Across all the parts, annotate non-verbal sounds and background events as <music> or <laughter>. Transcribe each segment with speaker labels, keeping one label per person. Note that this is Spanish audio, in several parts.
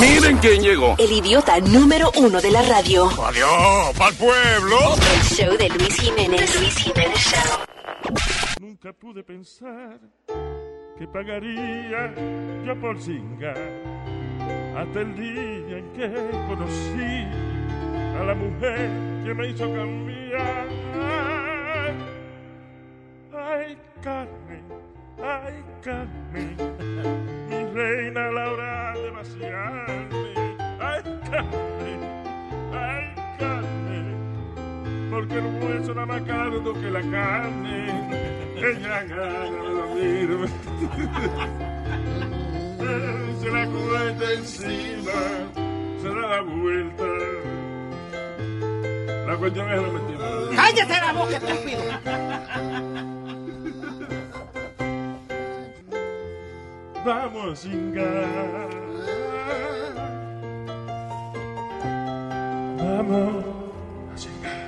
Speaker 1: Miren quién llegó.
Speaker 2: El idiota número uno de la radio.
Speaker 1: Adiós, pa'l pueblo.
Speaker 2: El show de Luis Jiménez. Luis Jiménez Show.
Speaker 3: Nunca pude pensar que pagaría yo por singa hasta el día en que conocí a la mujer que me hizo cambiar. Ay, Carmen, ay, Carmen, mi reina Laura de Maciarme. Ay, Carmen, ay, Carmen, porque el hueso era más caro que la carne. Ella gana la mirma. Se la cubeta encima, se da la vuelta. La cuestión es repetirla.
Speaker 4: ¡Cállate la boca, estúpido!
Speaker 3: Vamos a cingar. Vamos a cingar.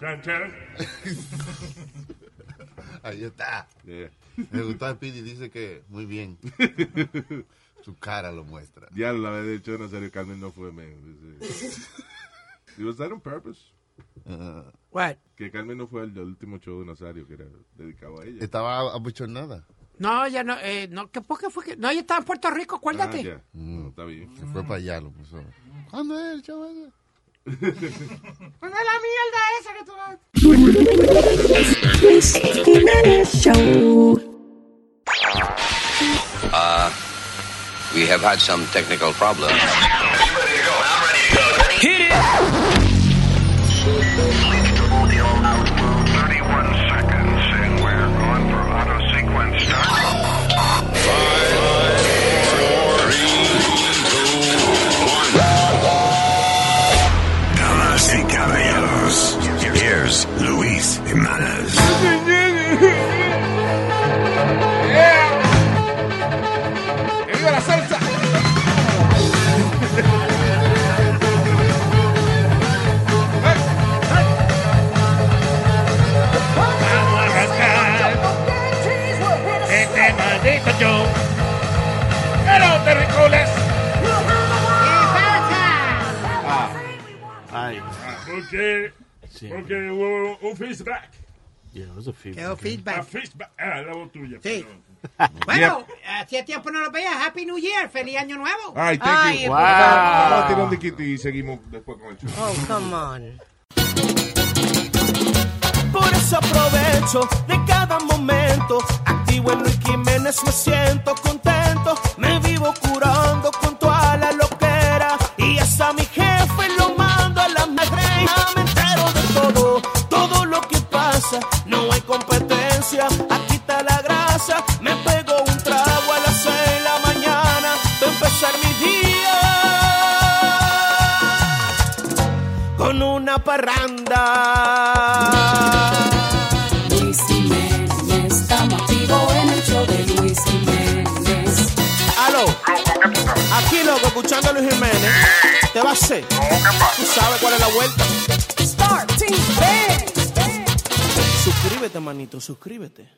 Speaker 3: Chan,
Speaker 4: <laughs>
Speaker 3: chan.
Speaker 5: Ahí está.
Speaker 6: Eh.
Speaker 5: Me gustó a Pidi, dice que muy
Speaker 6: <laughs>
Speaker 5: bien. Su cara lo muestra.
Speaker 6: Ya la vez de hecho Nazario Carmen no fue men. ¿Y was that on purpose?
Speaker 5: Uh-huh.
Speaker 4: What?
Speaker 6: Que Carmen no fue el, último show de Nazario que era dedicado a ella.
Speaker 5: Estaba abochornada.
Speaker 4: No, ya no, eh, no, ¿qué, ¿por qué fue que? No, ella estaba en Puerto Rico, acuérdate.
Speaker 6: Ah, ya. No, está bien.
Speaker 5: Mm. Se fue para allá, lo puso. ¿Cuándo es el chaval?
Speaker 4: No es la mierda esa que tú vas.
Speaker 2: Luis Jiménez Show.
Speaker 7: Ah, We have had some technical problems.
Speaker 8: Damas y caballeros, here's Luis Jimenez.
Speaker 9: ¡Que viva la salsa!
Speaker 3: Vamos a rascar este maldito show. Pero te recules.
Speaker 5: Ah.
Speaker 10: Ay,
Speaker 3: Porque,
Speaker 10: sí.
Speaker 3: porque hubo un feedback.
Speaker 10: Yeah, it was a fever.
Speaker 4: Quedó
Speaker 3: A
Speaker 4: feedback.
Speaker 3: feedback. Ah, la voz tuya.
Speaker 4: Sí.
Speaker 3: perdón.
Speaker 5: <laughs>
Speaker 4: Bueno, hacía tiempo no lo veía. Happy New Year, feliz año nuevo.
Speaker 6: Ay, pues, thank
Speaker 4: Ay,
Speaker 6: you.
Speaker 4: el-
Speaker 10: Wow.
Speaker 6: Vamos a tirar un diquito y seguimos después con el show.
Speaker 4: Oh, come on.
Speaker 11: Por eso aprovecho de cada momento. Activo en Luis Jiménez, me siento contento. Me vivo curando con toda la loquera. Y hasta mi jefe lo mando a la madre. Me entero de todo, todo lo que pasa. No hay competencia, aquí está la grasa. Me pego un trago a las seis de la mañana. para empezar mi día con una parranda.
Speaker 12: Luis Jiménez, estamos activos en el show de Luis Jiménez.
Speaker 11: Aló, aquí loco, escuchando a Luis Jiménez, te va a hacer. Tú sabes cuál es la vuelta. Suscríbete, manito, suscríbete.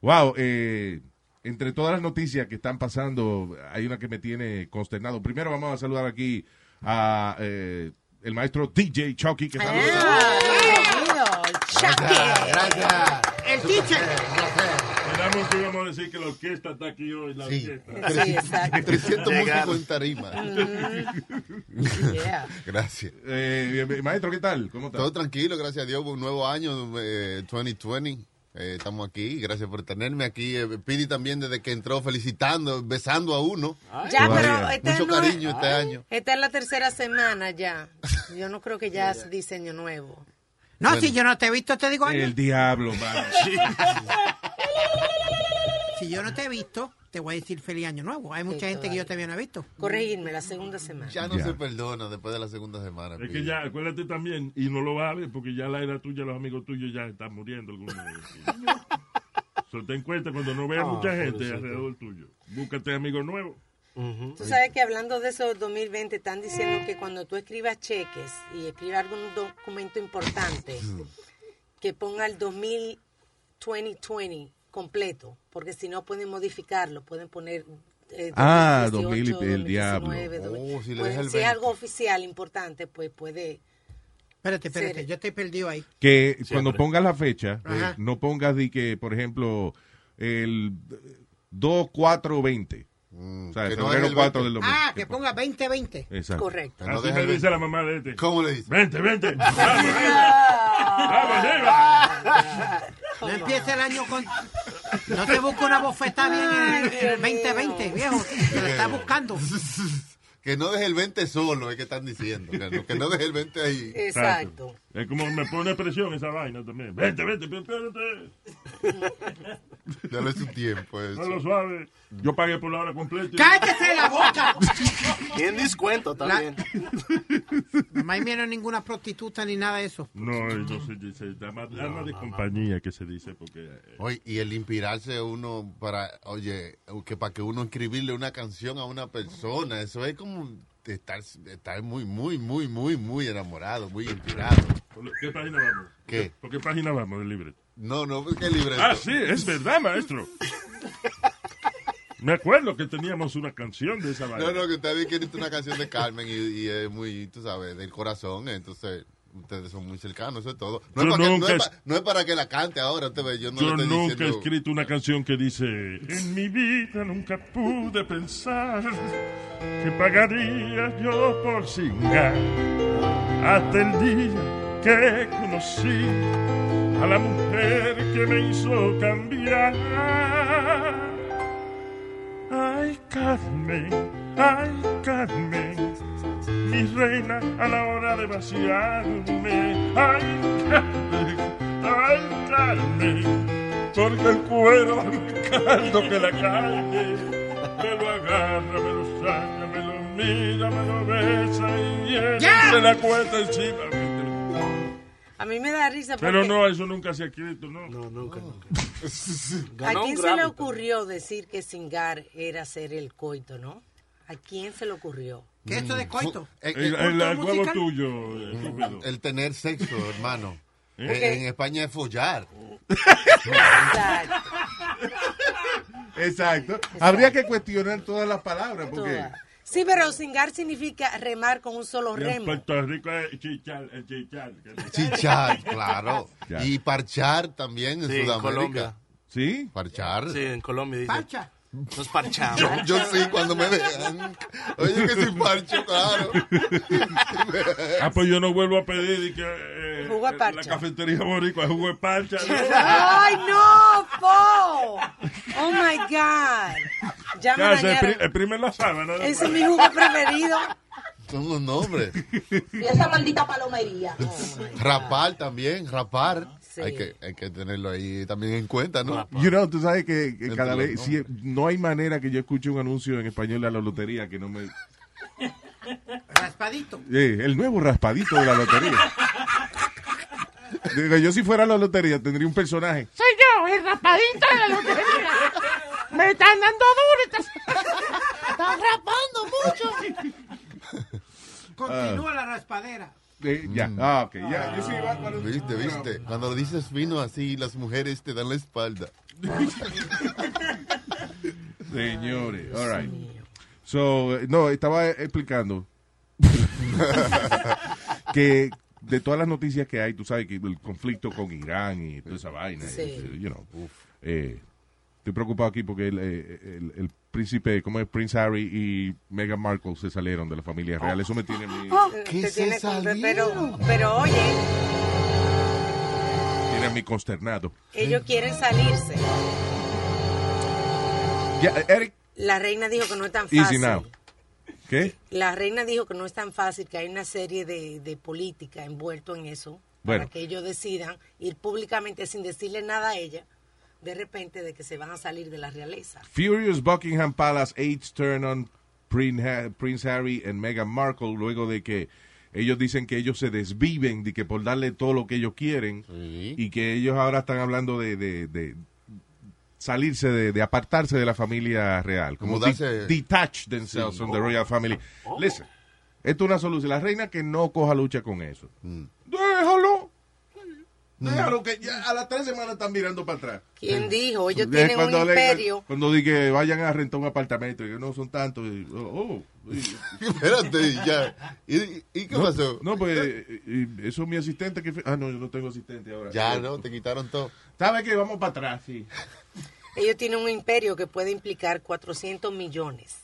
Speaker 6: Wow, eh, entre todas las noticias que están pasando, hay una que me tiene consternado. Primero vamos a saludar aquí a eh, el maestro DJ Chucky, que
Speaker 5: Ah.
Speaker 6: saluda.
Speaker 4: Bienvenido,
Speaker 5: Gracias,
Speaker 4: Chucky,
Speaker 5: gracias.
Speaker 4: el teacher.
Speaker 3: Esperamos que íbamos a decir que la orquesta está aquí hoy. La
Speaker 5: Sí.
Speaker 3: orquesta.
Speaker 5: <laughs> 300
Speaker 10: Llegaron.
Speaker 5: músicos en tarima.
Speaker 13: Mm.
Speaker 5: Mm.
Speaker 4: Yeah.
Speaker 5: <laughs> Gracias.
Speaker 6: Eh, bien- maestro, ¿qué tal? ¿Cómo estás?
Speaker 5: Todo tranquilo, gracias a Dios. Un nuevo año, eh, 2020. Eh, estamos aquí, gracias por tenerme aquí. Eh, Pidi también desde que entró felicitando, besando a uno.
Speaker 6: Ay,
Speaker 13: Ya, pero
Speaker 6: María.
Speaker 13: este
Speaker 5: Mucho
Speaker 13: no es-
Speaker 5: cariño este año.
Speaker 13: Esta es la tercera semana ya. Yo no creo que ya se dice año nuevo.
Speaker 4: No, si yo no te he visto, te digo año.
Speaker 6: El diablo, mano.
Speaker 4: Si yo no te he visto, te voy a decir feliz año nuevo. Hay mucha
Speaker 13: Sí,
Speaker 4: gente que yo todavía
Speaker 13: todavía.
Speaker 4: no he visto.
Speaker 13: Corregirme la segunda semana.
Speaker 5: Ya no
Speaker 6: Ya.
Speaker 5: se perdona después de la segunda semana.
Speaker 3: Es que
Speaker 5: Pidi.
Speaker 3: ya, acuérdate también, y no lo va a ver porque ya la era tuya, los amigos tuyos ya están muriendo algunos. de ellos. So, ten cuenta cuando no
Speaker 6: Ah,
Speaker 3: veas mucha gente alrededor tuyo. Búscate amigos nuevos.
Speaker 13: Tú sabes que hablando de esos 2020, están diciendo que cuando tú escribas cheques y escribas algún documento importante, que ponga el 2020, 2020 completo, porque si no pueden modificarlo, pueden poner... eh,
Speaker 6: Ah,
Speaker 13: 2018,
Speaker 6: 2000 y el diablo.
Speaker 13: 2019,
Speaker 5: Oh, si le
Speaker 13: Pueden-
Speaker 5: deja el
Speaker 13: pues, si es
Speaker 5: 20.
Speaker 13: algo oficial importante, pues puede...
Speaker 4: Espérate, espérate, yo estoy perdido ahí.
Speaker 6: Que cuando pongas la fecha,
Speaker 4: Ajá.
Speaker 6: eh, no pongas de que, por ejemplo, el 2-4-20. o sea,
Speaker 5: que no es
Speaker 6: febrero
Speaker 5: el
Speaker 6: 4 del 2000.
Speaker 4: Ah, que ponga 2020.
Speaker 6: Exacto.
Speaker 4: Correcto.
Speaker 6: Que no
Speaker 3: Así
Speaker 6: deje
Speaker 3: me
Speaker 6: <laughs> de-
Speaker 3: dice la mamá de este.
Speaker 5: ¿Cómo le dice?
Speaker 3: Vente, vente. ¡Vamos arriba! ¡Vamos arriba!
Speaker 4: No empiece el año con... No te busca una bofeta bien en el, en el 2020, viejo. Te la
Speaker 6: <laughs>
Speaker 4: está buscando.
Speaker 5: Que no deje el 20 solo, es que están diciendo. Que no, que no deje el 20
Speaker 3: <laughs>
Speaker 5: ahí.
Speaker 3: Es como me pone presión esa vaina también. Vente, vente, espérate.
Speaker 5: Ya lo es un tiempo eh,
Speaker 3: No
Speaker 5: eso.
Speaker 3: lo suave. Yo pagué por la hora completa.
Speaker 4: ¡Cállese la boca!
Speaker 10: <laughs> Bien descuento también.
Speaker 4: No hay miedo a ninguna prostituta ni nada de eso.
Speaker 3: No, no se dice. Dama, dama de compañía que se dice porque... eh,
Speaker 5: Oye, y el inspirarse uno para, oye, que para que uno escribirle una canción a una persona, eso es como estar, estar muy, muy, muy, muy, muy enamorado, muy inspirado.
Speaker 3: ¿por ¿Qué página vamos?
Speaker 5: ¿Qué?
Speaker 3: ¿Por qué página vamos del libreto?
Speaker 5: No, no, pues qué libreto.
Speaker 3: Ah, sí, es verdad, maestro.
Speaker 5: <laughs>
Speaker 3: Me acuerdo que teníamos una canción de esa
Speaker 5: No,
Speaker 3: vaina.
Speaker 5: no, que ustedes
Speaker 3: <laughs>
Speaker 5: quieren una canción de Carmen y, y es muy, tú sabes, del corazón, entonces ustedes son muy cercanos, eso es todo. No, es,
Speaker 3: Yo
Speaker 5: para que, no,
Speaker 3: nunca
Speaker 5: es
Speaker 3: es-
Speaker 5: pa- no es para que la cante ahora, usted ve, yo no
Speaker 3: Yo
Speaker 5: le estoy
Speaker 3: nunca he
Speaker 5: diciendo...
Speaker 3: escrito una canción que dice En mi vida nunca pude pensar Que pagaría yo por singar Hasta el día que conocí A la mujer que me hizo cambiar Ay Carmen, ay Carmen Mi reina a la hora de vaciarme Ay Carmen, ay Carmen porque el cuero da más caldo que la calle. Me lo agarra, me lo saca, me lo mira, me lo besa y él
Speaker 13: Ya.
Speaker 3: se la cuenta encima.
Speaker 13: A mí me da risa porque...
Speaker 3: Pero no, eso nunca se ha escrito, ¿no?
Speaker 10: No, nunca, nunca.
Speaker 13: ¿A quién se le ocurrió decir que cingar era hacer el coito, no? ¿A quién se le ocurrió?
Speaker 4: ¿Qué es esto de coito?
Speaker 5: Mm, El,
Speaker 3: El, el- el huevo tuyo, eh, estúpido.
Speaker 5: eh, el tener sexo, hermano.
Speaker 3: ¿Eh? Oh.
Speaker 5: Eh, En España es follar.
Speaker 4: <laughs>
Speaker 6: Exacto. Habría que cuestionar todas las palabras porque
Speaker 13: Toda. Sí, pero cingar significa remar con un solo
Speaker 3: Y en
Speaker 13: remo.
Speaker 3: Puerto Rico es chichar, el chichar.
Speaker 5: Chichar, claro.
Speaker 6: Ya.
Speaker 5: Y parchar también en
Speaker 10: Sí, en
Speaker 5: Sudamérica.
Speaker 10: Colombia.
Speaker 6: ¿Sí?
Speaker 5: Parchar.
Speaker 10: Sí, en Colombia dice.
Speaker 4: Parcha.
Speaker 10: Nos parchamos.
Speaker 5: Yo,
Speaker 4: <laughs>
Speaker 5: yo sí, cuando me vean. Oye, que soy parcho, claro.
Speaker 3: Ah, pues yo no vuelvo a pedir y que, eh,
Speaker 13: Jugo de
Speaker 3: la
Speaker 13: parcha.
Speaker 3: cafetería boricua es jugo de parcha.
Speaker 13: <laughs> ¡Ay, no, po! ¡Oh, my God! Ya me
Speaker 3: ¿Qué hace?
Speaker 13: dañaron.
Speaker 3: Pri- Exprime la sábana.
Speaker 13: Ese es
Speaker 3: después.
Speaker 13: mi jugo preferido.
Speaker 5: Son los nombres.
Speaker 13: Y esa maldita palomería.
Speaker 5: Rapar también,
Speaker 6: Ah,
Speaker 5: rapar.
Speaker 13: Sí.
Speaker 5: Hay, que, hay que tenerlo ahí también en cuenta, ¿no?
Speaker 6: You know, tú sabes que que cada
Speaker 5: los
Speaker 6: vez si- no hay manera que yo escuche un anuncio en español de la lotería que no me
Speaker 4: Raspadito.
Speaker 6: Eh, el nuevo raspadito de la lotería. Digo, yo si fuera a la lotería tendría un personaje.
Speaker 9: Soy yo, el rapadito de la lotería. Me están dando duro. Estás, estás rapando mucho.
Speaker 4: Continúa la raspadera.
Speaker 6: Eh, ya, ah, ok, ya. Yo sí iba a-
Speaker 5: Mm. Viste, viste. Cuando dices vino así, las mujeres te dan la
Speaker 6: <laughs>
Speaker 5: espalda.
Speaker 6: Señores, all right. So, eh, no, estaba explicando <laughs> que de todas las noticias que hay, tú sabes que el conflicto con Irán y toda esa vaina,
Speaker 13: Sí.
Speaker 6: eh, you know, eh, estoy preocupado aquí porque el, eh, el- el príncipe, ¿cómo es? Prince Harry y Meghan Markle se salieron de la familia real. Eso me tiene a mí,
Speaker 5: ¿Qué
Speaker 13: Eh, Te
Speaker 5: se
Speaker 13: tiene que-
Speaker 5: salieron?
Speaker 13: pero, pero oye,
Speaker 6: tiene a mí consternado.
Speaker 13: ellos quieren salirse.
Speaker 6: Ya, eh, Eric,
Speaker 13: La reina dijo que no es tan fácil.
Speaker 6: easy now. ¿Qué?
Speaker 13: La reina dijo que no es tan fácil, que hay una serie de, de política envuelto en eso,
Speaker 6: Bueno.
Speaker 13: para que ellos decidan ir públicamente sin decirle nada a ella, de repente de que se van a salir de la realeza.
Speaker 6: Furious Buckingham Palace aides turn on Prin- Ha- Prince Harry and Meghan Markle luego de que ellos dicen que ellos se desviven de que por darle todo lo que ellos quieren y que ellos ahora están hablando de, de- de salirse de, de apartarse de la familia real, como de-
Speaker 5: Mudarse.
Speaker 6: detach themselves from the royal family.
Speaker 13: Oh.
Speaker 6: Listen,
Speaker 13: Mm.
Speaker 6: esto es una solución. La reina que no coja lucha con eso. Déjalo. Déjalo que ya a las tres semanas están mirando para atrás.
Speaker 13: ¿Quién dijo?
Speaker 6: Yo
Speaker 13: Ellos tienen un imperio.
Speaker 6: Cuando dije, vayan a rentar un apartamento, y yo, no son tantos. y, oh, oh, y-
Speaker 5: Espérate, ya. ¿Y, y qué
Speaker 6: No,
Speaker 5: pasó?
Speaker 6: No, pues y- y eso es mi asistente. que fue- Ah, no, yo no tengo asistente ahora.
Speaker 5: Ya, no, te quitaron todo.
Speaker 6: ¿Sabes qué? Vamos para atrás, sí.
Speaker 13: Ellos tienen un imperio que puede implicar 400 millones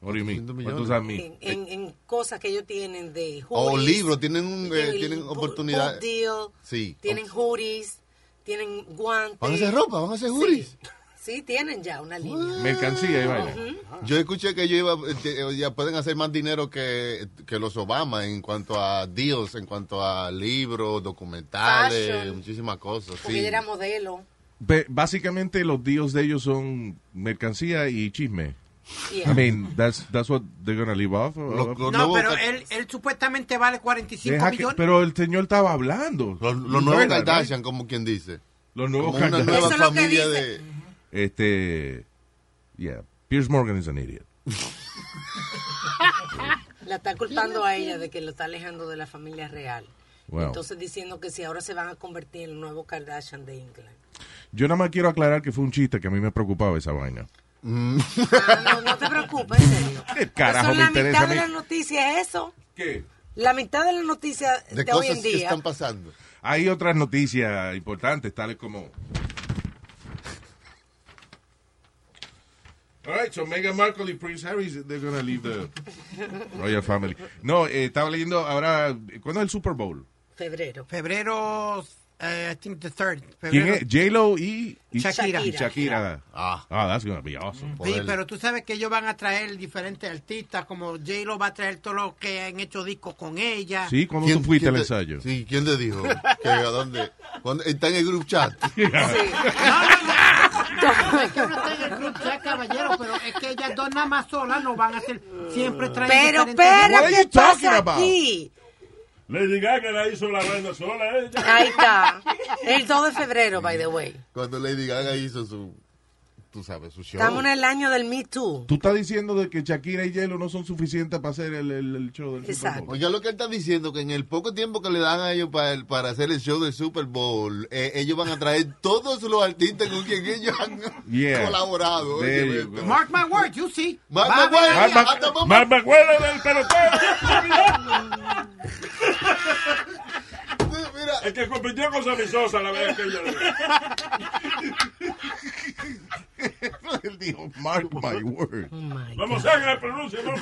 Speaker 6: What do you mean?
Speaker 5: millones.
Speaker 6: ¿Cuántos a mí?
Speaker 13: en, en- en cosas que ellos tienen de
Speaker 5: O
Speaker 13: hoodies,
Speaker 5: libros, tienen, un, eh,
Speaker 13: el
Speaker 5: tienen
Speaker 13: book-
Speaker 5: oportunidad.
Speaker 13: book deal,
Speaker 5: Sí.
Speaker 13: tienen hoodies, tienen guantes.
Speaker 5: Van a hacer ropa, van a hacer hoodies.
Speaker 13: Sí, tienen ya una línea.
Speaker 6: Mercancía y vaina.
Speaker 13: Ujú.
Speaker 5: Yo escuché que yo iba, eh, que, eh, ya pueden hacer más dinero que, que los Obama en cuanto a deals, en cuanto a libros, documentales,
Speaker 13: Fashion.
Speaker 5: muchísimas cosas.
Speaker 13: Porque
Speaker 5: Sí.
Speaker 13: ella
Speaker 5: <laughs>
Speaker 13: era modelo.
Speaker 6: Be- Básicamente los dios de ellos son mercancía y chisme.
Speaker 13: Yeah.
Speaker 6: I mean, that's, that's what they're gonna leave off.
Speaker 5: Lo- lo-
Speaker 4: No, pero él, él supuestamente vale 45
Speaker 6: Deja que-
Speaker 4: millones.
Speaker 6: pero el señor estaba hablando.
Speaker 5: Los, los nuevos Kardashian, como quien dice.
Speaker 6: Los nuevos
Speaker 5: Como una
Speaker 6: Kardashian.
Speaker 5: nueva
Speaker 6: Eso es lo que
Speaker 5: familia
Speaker 6: dice.
Speaker 5: de...
Speaker 6: Este, yeah, Pierce Morgan is an idiot.
Speaker 13: La está culpando a ella de que lo está alejando de la familia real.
Speaker 6: Wow.
Speaker 13: Entonces diciendo que si ahora se van a convertir en el nuevo Kardashian de England.
Speaker 6: Yo nada más quiero aclarar que fue un chiste que a mí me preocupaba esa vaina.
Speaker 13: Ah, no, no te preocupes, en serio.
Speaker 6: <laughs> ¿Qué carajo
Speaker 13: Son
Speaker 6: me
Speaker 13: la
Speaker 6: interesa
Speaker 13: mitad
Speaker 6: a mí?
Speaker 13: de las noticias es eso.
Speaker 6: ¿Qué?
Speaker 13: La mitad de las noticias de,
Speaker 5: de
Speaker 13: hoy
Speaker 5: cosas
Speaker 13: en
Speaker 5: que
Speaker 13: día.
Speaker 5: están pasando.
Speaker 6: Hay otras noticias importantes, tales como... All right, so Meghan Markle y Prince Harry, they're gonna leave the royal family. No, eh, estaba leyendo ahora... ¿Cuándo es el Super Bowl?
Speaker 13: Febrero.
Speaker 4: Febrero, eh, I think the third.
Speaker 6: ¿Quién
Speaker 4: Febrero.
Speaker 6: es? J-Lo y, y-
Speaker 4: Shakira. Mm.
Speaker 6: y Shakira.
Speaker 5: Ah.
Speaker 6: that's gonna be awesome.
Speaker 4: Sí, pero tú sabes que ellos van a traer diferentes artistas, como J-Lo va a traer todos los que han hecho discos con ella.
Speaker 6: Sí, cuando tú fuiste
Speaker 5: quién te-
Speaker 6: al ensayo.
Speaker 5: Sí, ¿quién te dijo? ¿Que a dónde? Cuando- Está en el group
Speaker 6: <laughs>
Speaker 5: chat.
Speaker 4: No es que uno está en el club, sea caballero, pero es que ellas dos nada más solas no van a ser. Siempre traen
Speaker 13: Pero,
Speaker 4: diferentes-
Speaker 13: pero, ¿qué pasa aquí?
Speaker 3: Lady Gaga la hizo la banda sola ella.
Speaker 13: Ahí está. El 2 de febrero, by the way.
Speaker 5: Cuando Lady Gaga hizo su, tú sabes, su show.
Speaker 13: Estamos en el año del Me Too.
Speaker 6: Tú estás diciendo de que Shakira y J-Lo no son suficientes para hacer el, el- el show del Super Bowl.
Speaker 5: Oiga lo que él está diciendo, que en el poco tiempo que le dan a ellos para, el- para hacer el show del Super Bowl, eh, ellos van a traer todos los artistas con quien ellos han
Speaker 6: <laughs> Yeah.
Speaker 5: colaborado.
Speaker 6: There
Speaker 5: Oye,
Speaker 6: you
Speaker 5: esto.
Speaker 6: go.
Speaker 4: Mark my words, you see.
Speaker 5: Mark
Speaker 4: Va a
Speaker 5: my words.
Speaker 4: venir-
Speaker 5: Mark my- Hasta mamá.
Speaker 3: Más me acuerdo del pelotero. El que compitió con Sammy Sosa la vez que yo
Speaker 13: <laughs>
Speaker 6: Él dijo, mark my word.
Speaker 3: Vamos a la pronuncia, no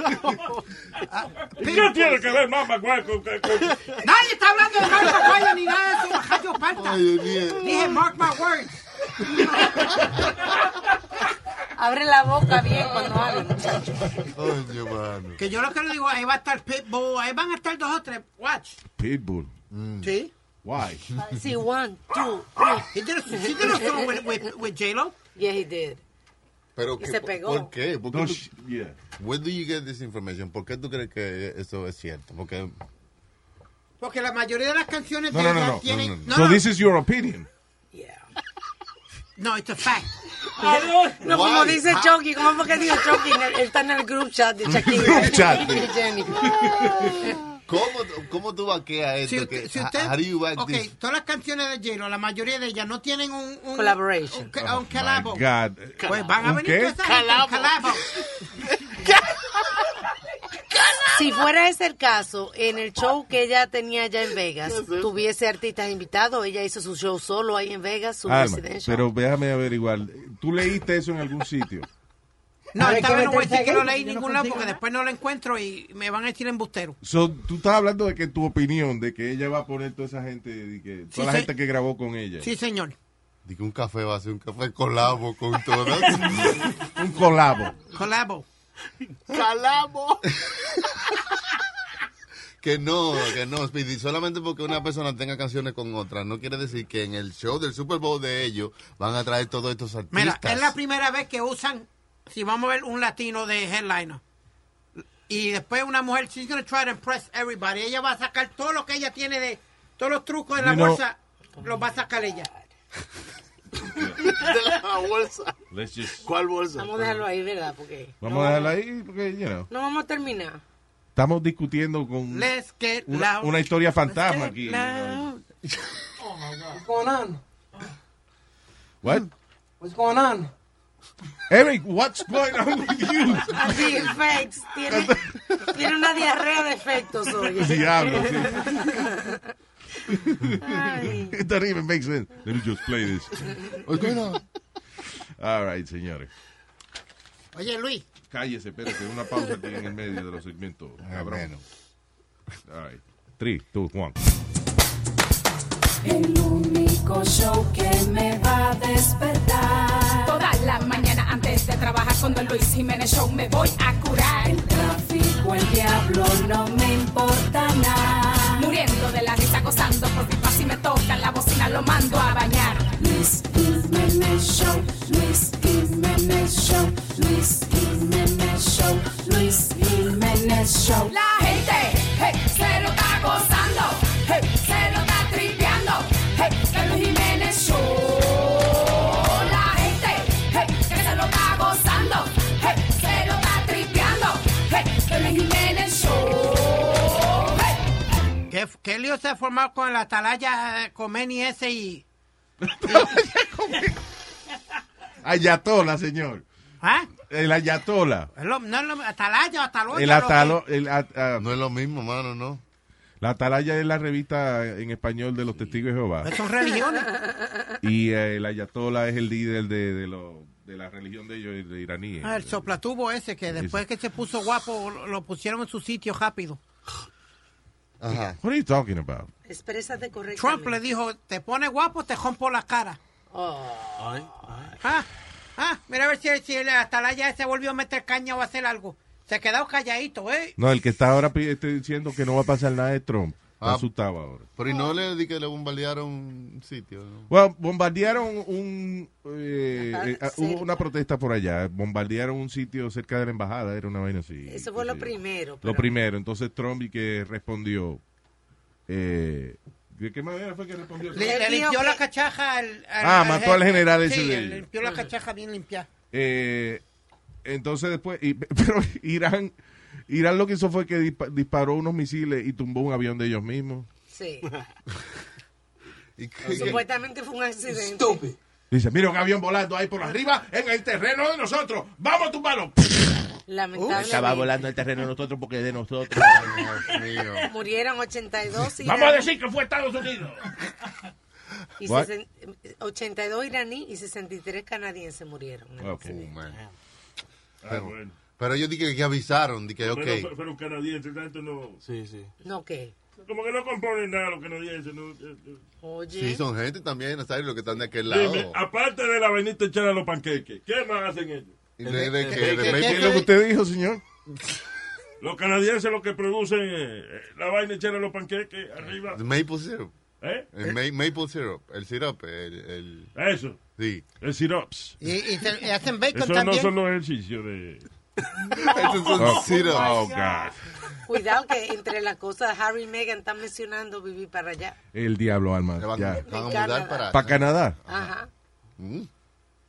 Speaker 6: <laughs>
Speaker 3: me- ¿Y ¿Qué tiene que ver Mamá Guay con, con- con-
Speaker 4: Nadie está hablando de Mark Maguire ni nada de eso, baja yo falta.
Speaker 5: Ay, Dios mío.
Speaker 4: Dije, mark my words.
Speaker 13: Abre la boca bien cuando hablen, muchachos.
Speaker 5: Oye, mano.
Speaker 4: Que yo lo que le digo, ahí va a estar Pitbull, ahí van a estar dos o tres. Watch.
Speaker 6: Pitbull.
Speaker 4: Sí.
Speaker 6: Why?
Speaker 13: Mm. Sí, one, two, three.
Speaker 4: Ah. He did a, she did a song with, with, with J-Lo.
Speaker 13: Yeah, he did.
Speaker 5: Pero
Speaker 13: Y
Speaker 5: que-
Speaker 13: se pegó.
Speaker 5: ¿Por qué? ¿Por qué
Speaker 6: No,
Speaker 5: tú-
Speaker 6: sh- yeah.
Speaker 5: where do you get this information? ¿Por qué tú crees que eso es cierto? Porque
Speaker 4: Porque la mayoría de las canciones
Speaker 6: No,
Speaker 4: de
Speaker 6: no,
Speaker 4: ella
Speaker 6: no, no.
Speaker 4: tienen...
Speaker 5: no,
Speaker 4: No,
Speaker 6: So
Speaker 4: no,
Speaker 6: this is your opinion.
Speaker 13: Yeah.
Speaker 4: no, it's a fact.
Speaker 13: No, como
Speaker 5: Why?
Speaker 4: Ah.
Speaker 13: dice Chucky, ¿cómo fue que dijo
Speaker 4: <laughs>
Speaker 13: Chucky? En el- Él está en el group chat de Shakira
Speaker 6: Group chat.
Speaker 13: y Jennifer.
Speaker 5: ¿cómo, cómo tú vaqueas esto?
Speaker 4: Si usted,
Speaker 5: que,
Speaker 4: si usted-
Speaker 5: how do you back
Speaker 4: ok,
Speaker 5: this?
Speaker 4: todas las canciones de J-Lo, la mayoría de ellas no tienen un... un
Speaker 13: Collaboration.
Speaker 4: Un, ca- un calabo.
Speaker 6: God.
Speaker 4: Pues van a
Speaker 6: ¿Un
Speaker 4: venir
Speaker 6: qué?
Speaker 4: todas esas gente, un calabo.
Speaker 13: Si fuera ese el caso, en el show que ella tenía allá en Vegas, tuviese artistas invitados, ella hizo su show solo ahí en Vegas, su
Speaker 6: Alma,
Speaker 13: residencia.
Speaker 6: pero déjame averiguar. ¿Tú leíste eso en algún sitio?
Speaker 4: No,
Speaker 13: Ahora hay
Speaker 4: esta
Speaker 13: que
Speaker 4: vez no voy a
Speaker 13: meterse
Speaker 4: decir que
Speaker 13: ahí,
Speaker 4: no leí
Speaker 13: yo no
Speaker 4: ningún lado
Speaker 13: consigo
Speaker 4: porque
Speaker 13: nada.
Speaker 4: después no lo encuentro y me van a decir embustero.
Speaker 6: So, tú estás hablando de que tu opinión, de que ella va a poner toda esa gente, de que, toda
Speaker 4: Sí,
Speaker 6: la
Speaker 4: sí.
Speaker 6: gente que grabó con ella.
Speaker 4: Sí, señor.
Speaker 5: Dije, un café va a ser un café colabo con
Speaker 4: <laughs>
Speaker 5: todas.
Speaker 6: Un colabo.
Speaker 4: Colabo.
Speaker 5: que no, que no, Speedy. Solamente porque una persona tenga canciones con otra, no quiere decir que en el show del Super Bowl de ellos van a traer todos estos artistas.
Speaker 4: Mira, es la primera vez que usan, si vamos a ver un latino de headliner. Y después una mujer, she's gonna try to impress everybody. Ella va a sacar todo lo que ella tiene de, todos los trucos de la
Speaker 6: You know-
Speaker 4: bolsa, los va a
Speaker 6: <laughs>
Speaker 4: sacar ella.
Speaker 10: De la bolsa.
Speaker 6: Let's just-
Speaker 10: ¿Cuál bolsa?
Speaker 13: Vamos a dejarlo ahí, ¿verdad? Porque
Speaker 6: Vamos a dejarla ahí porque, you know.
Speaker 13: no vamos a terminar.
Speaker 6: Estamos discutiendo con
Speaker 4: Let's get
Speaker 6: una,
Speaker 4: loud.
Speaker 6: una historia fantasma aquí.
Speaker 4: Loud.
Speaker 14: What's going on?
Speaker 6: What?
Speaker 14: What's going on?
Speaker 6: Eric, what's going on with you?
Speaker 13: <laughs> Así, fakes. Tiene, tiene una diarrea de efectos hoy.
Speaker 6: Diablo, <laughs> It doesn't even make sense. Let me just play this. Pues
Speaker 5: What's going on?
Speaker 6: All right, señores.
Speaker 4: Oye, Luis.
Speaker 6: Cállese, espérate, una pausa aquí en el medio de los segmentos. Cabrón. All right. Three, two, one.
Speaker 12: El único show que me va a despertar. Toda la mañana antes de trabajar con Don Luis Jiménez Show me voy a curar. El tráfico, el diablo, no me importa nada. Muriendo de la risa, gozando por mi paz y me toca la bocina, lo mando a bañar. Luis Jiménez Show, Luis Jiménez Show, Luis Jiménez Show, Luis Jiménez Show. La gente hey, se lo está gozando, hey, se lo está tripeando. Hey, el Luis Jiménez Show. La gente hey, que se lo está gozando, hey, se lo está tripeando. Hey, el Luis Jiménez Show. Hey.
Speaker 4: ¿Qué, qué lío se ha formado con la atalaya eh, Comeni ese y...
Speaker 6: <laughs> Ayatola, señor.
Speaker 4: ¿Ah?
Speaker 6: El Ayatola.
Speaker 4: Es lo- no es lo- atalaya o ataloya.
Speaker 6: El
Speaker 4: lo que-
Speaker 6: atalo, no es lo mismo, mano, no. La atalaya es la revista en español de los testigos de Jehová.
Speaker 4: Son religiones.
Speaker 6: Y eh, el ayatola es el líder de, de, lo- de la religión de ellos, de eh. iraníes.
Speaker 4: Ah, el soplatubo ese que después que se puso guapo lo- lo pusieron en su sitio rápido.
Speaker 6: Ajá. What are you talking about?
Speaker 4: Exprésate correctamente. Trump le dijo, te pones guapo, te rompo la cara. Oh. Ah, ah, mira a ver si, si el atalaya se volvió a meter caña o a hacer algo. Se ha quedado calladito, ¿eh?
Speaker 6: No, el que está ahora pi- este, diciendo que no va a pasar nada de Trump. Está asustado ahora.
Speaker 5: Ah, Pero y no le di que le bombardearon un sitio. ¿no?
Speaker 6: Bueno, bombardearon un... eh, eh,
Speaker 13: Ah, sí.
Speaker 6: hubo una protesta por allá. Bombardearon un sitio cerca de la embajada. Era una vaina así.
Speaker 13: Eso fue lo primero.
Speaker 6: Lo
Speaker 13: pero-
Speaker 6: primero, entonces Trump y que respondió. eh, ¿De qué manera fue que respondió?
Speaker 4: Le, le limpió la cachaja al... al-
Speaker 6: Ah, mató al general ese
Speaker 4: Sí,
Speaker 6: de
Speaker 4: le
Speaker 6: ellos.
Speaker 4: limpió la cachaja bien limpia.
Speaker 6: Eh, entonces después, y- <laughs> pero Irán, Irán lo que hizo fue que dispa- disparó unos misiles y tumbó un avión de ellos mismos.
Speaker 13: Sí.
Speaker 6: Y
Speaker 13: Supuestamente fue un accidente.
Speaker 6: Dice, mira un avión volando ahí por arriba en el terreno de nosotros. Vamos a tumbarlo.
Speaker 13: Lamentablemente.
Speaker 15: Estaba volando el terreno de nosotros porque es de nosotros.
Speaker 13: Murieron 82 iraníes.
Speaker 15: Vamos a decir que fue Estados Unidos.
Speaker 13: Y
Speaker 6: What?
Speaker 13: sesen- 82 iraní y 63 canadienses murieron.
Speaker 5: Ok.
Speaker 13: Sí.
Speaker 5: Oh, man.
Speaker 3: Ah,
Speaker 5: Pero,
Speaker 3: bueno.
Speaker 5: pero ellos dije que avisaron, dije, ok.
Speaker 3: Pero, pero canadiense, tanto no.
Speaker 10: Sí, sí.
Speaker 13: No, ¿qué?
Speaker 3: Como que no componen nada los canadienses. No, Eh, eh.
Speaker 5: Sí, son gente también, Nazario, los que están de aquel lado.
Speaker 3: Dime, aparte de la vainita echar a los panqueques, ¿qué más hacen ellos?
Speaker 5: De- de- que- de-
Speaker 6: ¿Qué es lo que usted dijo, señor?
Speaker 3: Los canadienses lo que producen eh, eh, la vaina echar a los panqueques arriba.
Speaker 5: The maple syrup.
Speaker 3: ¿Eh?
Speaker 5: El ma- maple syrup, el syrup, el, el-
Speaker 3: Eso.
Speaker 5: Sí.
Speaker 3: El syrups.
Speaker 4: Y, y se- y hacen bacon
Speaker 3: Eso no
Speaker 4: también.
Speaker 3: son los ejercicios de...
Speaker 5: <laughs> Esos son
Speaker 3: Oh,
Speaker 5: syrups.
Speaker 3: oh, God.
Speaker 13: Cuidado que entre las cosas Harry y Meghan están mencionando vivir para allá.
Speaker 6: El diablo, alma.
Speaker 5: van-
Speaker 6: ya.
Speaker 5: van a mudar Canadá. para- Mm.
Speaker 6: ¿Para Canadá.
Speaker 13: Ajá.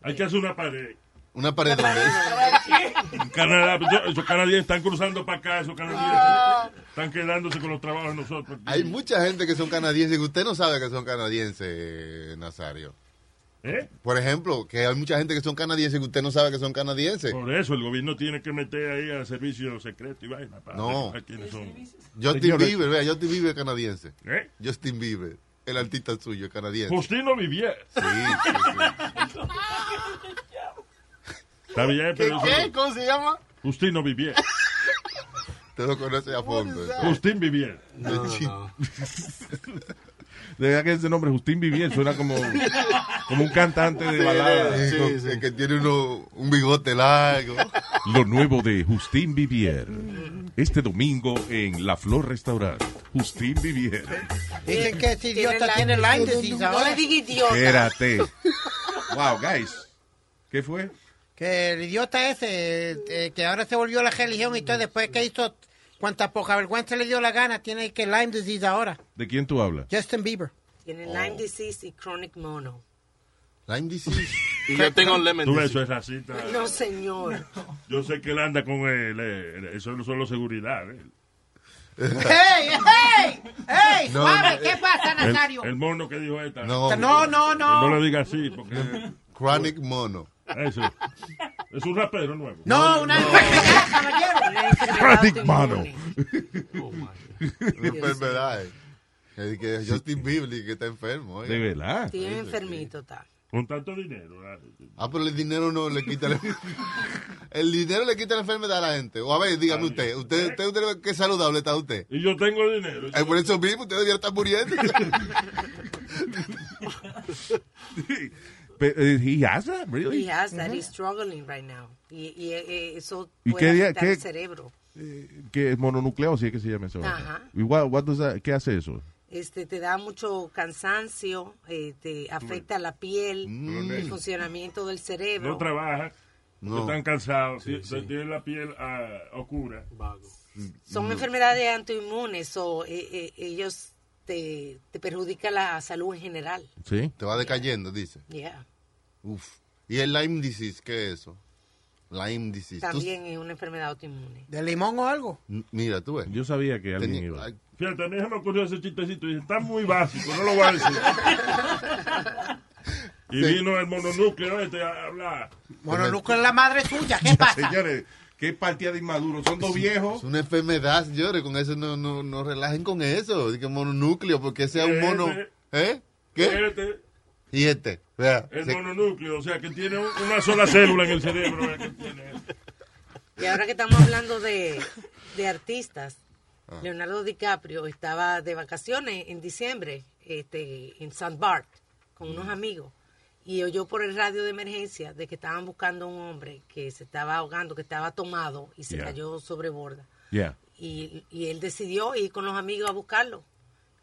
Speaker 3: Hay que hacer una pared.
Speaker 5: Una pared donde
Speaker 3: En Canadá, pues, yo- esos canadienses están cruzando para acá, esos canadienses están quedándose con los trabajos de nosotros.
Speaker 5: Hay mucha gente que son canadienses que usted no sabe que son canadienses, Nazario.
Speaker 3: ¿Eh?
Speaker 5: Por ejemplo, que hay mucha gente que son canadienses que usted no sabe que son canadienses.
Speaker 3: Por eso el gobierno tiene que meter ahí a servicio secreto y vaina para
Speaker 5: No.
Speaker 3: saber quiénes son.
Speaker 5: Justin
Speaker 3: Señores.
Speaker 5: Bieber, vea, Justin Bieber es canadiense.
Speaker 3: ¿Eh?
Speaker 5: Justin Bieber, el artista suyo, es canadiense.
Speaker 3: Justino Vivier.
Speaker 5: Sí, sí,
Speaker 3: Está bien,
Speaker 5: ¿Qué,
Speaker 3: pero
Speaker 5: qué?
Speaker 3: eso-
Speaker 5: ¿Cómo se llama?
Speaker 3: Justino Vivier.
Speaker 5: Te lo conoce a fondo.
Speaker 3: Justin Vivier.
Speaker 6: <laughs> De verdad que ese nombre, Justin Vivier, suena como, como un cantante de balada.
Speaker 5: Sí, sí, sí, Que tiene uno, un bigote largo.
Speaker 6: Lo nuevo de Justin Vivier. Este domingo en La Flor Restaurant. Justin Vivier.
Speaker 4: Dicen que este idiota tiene Lyme disease
Speaker 13: No le
Speaker 4: ahora.
Speaker 13: diga idiota.
Speaker 6: Espérate. Wow, guys. ¿Qué fue?
Speaker 4: Que el idiota ese, eh, que ahora se volvió la religión y todo, después que hizo cuanta poca vergüenza le dio la gana, tiene que Lyme disease ahora.
Speaker 6: ¿De quién tú hablas?
Speaker 4: Justin Bieber.
Speaker 13: Tienen Lyme disease y chronic mono.
Speaker 5: Lyme disease.
Speaker 10: Y yo tengo lemon
Speaker 3: Tú ves,
Speaker 10: disease.
Speaker 3: eso es racista.
Speaker 13: No, señor.
Speaker 3: <laughs>
Speaker 5: <laughs>
Speaker 3: Yo sé que él anda con el, eh, eso no solo seguridad. eh.
Speaker 4: ¡Hey, hey! ¡Hey!
Speaker 3: No,
Speaker 4: suave,
Speaker 3: no,
Speaker 4: ¿Qué
Speaker 3: eh,
Speaker 4: pasa,
Speaker 3: El,
Speaker 4: Nazario?
Speaker 3: el mono que dijo esta.
Speaker 5: No.
Speaker 4: No, no, no.
Speaker 3: Que no le diga así. Porque...
Speaker 5: Chronic mono.
Speaker 3: Eso. Es un rapero nuevo.
Speaker 4: No, una enfermedad, caballero.
Speaker 3: Chronic mono.
Speaker 5: Una enfermedad. eh. Que, que Justin Bieber que está enfermo. oiga.
Speaker 6: De verdad.
Speaker 13: Tiene enfermito, está.
Speaker 3: Con tanto dinero. ah,
Speaker 5: Ah, pero el dinero no le quita la... <laughs> El dinero le quita la enfermedad a la gente. O a ver, dígame usted, usted, usted, usted, qué saludable está usted. Eh,
Speaker 3: Y yo tengo dinero.
Speaker 5: por eso mismo usted debiera estar muriendo.
Speaker 6: Pero, eh, he has that, really?
Speaker 13: He has that. He's struggling right now. Y, y, eh, eso
Speaker 6: ¿Y
Speaker 13: puede
Speaker 6: qué día-
Speaker 13: afectar
Speaker 6: qué- Eh.
Speaker 13: el cerebro.
Speaker 6: Que es mononucleosis, es que se llama eso.
Speaker 13: Ajá.
Speaker 6: ¿Y what- what does that- qué hace eso?
Speaker 13: Este, te da mucho cansancio, eh, te afecta la piel,
Speaker 6: Mm.
Speaker 13: el funcionamiento del cerebro.
Speaker 3: No trabaja.
Speaker 5: No.
Speaker 3: Están cansados. ti- Tienen la piel ah, oscura. Mm,
Speaker 13: Son
Speaker 6: Mm.
Speaker 13: enfermedades autoinmunes o ellos te, te perjudican la salud en general.
Speaker 6: Sí.
Speaker 5: Te va decayendo, dice.
Speaker 13: Yeah.
Speaker 5: Uf. ¿Y el Lyme disease qué es eso? Lyme disease. Tú-
Speaker 13: También es una enfermedad autoinmune.
Speaker 4: ¿De limón o algo?
Speaker 5: M- Mira, tú ves.
Speaker 6: Yo sabía que alguien
Speaker 5: Tenía-
Speaker 6: iba.
Speaker 5: ay,
Speaker 3: Fíjate, a mí se me ocurrió ese chistecito. Y dije, está muy básico, no lo voy
Speaker 5: <laughs>
Speaker 3: a decir. Y vino el mononúcleo este a hablar.
Speaker 4: Bueno,
Speaker 5: Pues,
Speaker 4: Luco es la madre suya.
Speaker 5: <laughs>
Speaker 4: ¿Qué pasa?
Speaker 6: Señores, qué partida de inmaduros. Son dos
Speaker 5: Es
Speaker 6: viejos.
Speaker 5: una enfermedad, señores. Con eso no, no, no relajen con eso. Es que mononúcleo, porque sea un mono.
Speaker 3: Ese.
Speaker 5: ¿Eh? ¿Qué?
Speaker 3: Este,
Speaker 5: Y este. Vea.
Speaker 3: el
Speaker 5: se-
Speaker 3: mononúcleo, o sea, que tiene un- una sola célula en el cerebro. eh, que tiene.
Speaker 13: Y ahora que estamos hablando de, de artistas,
Speaker 6: Ah.
Speaker 13: Leonardo DiCaprio estaba de vacaciones en diciembre este, en San Bart con
Speaker 6: Mm.
Speaker 13: unos amigos y oyó por el radio de emergencia de que estaban buscando a un hombre que se estaba ahogando, que estaba tomado y se
Speaker 6: Yeah.
Speaker 13: cayó sobre borda.
Speaker 6: Yeah.
Speaker 13: Y, y él decidió ir con los amigos a buscarlo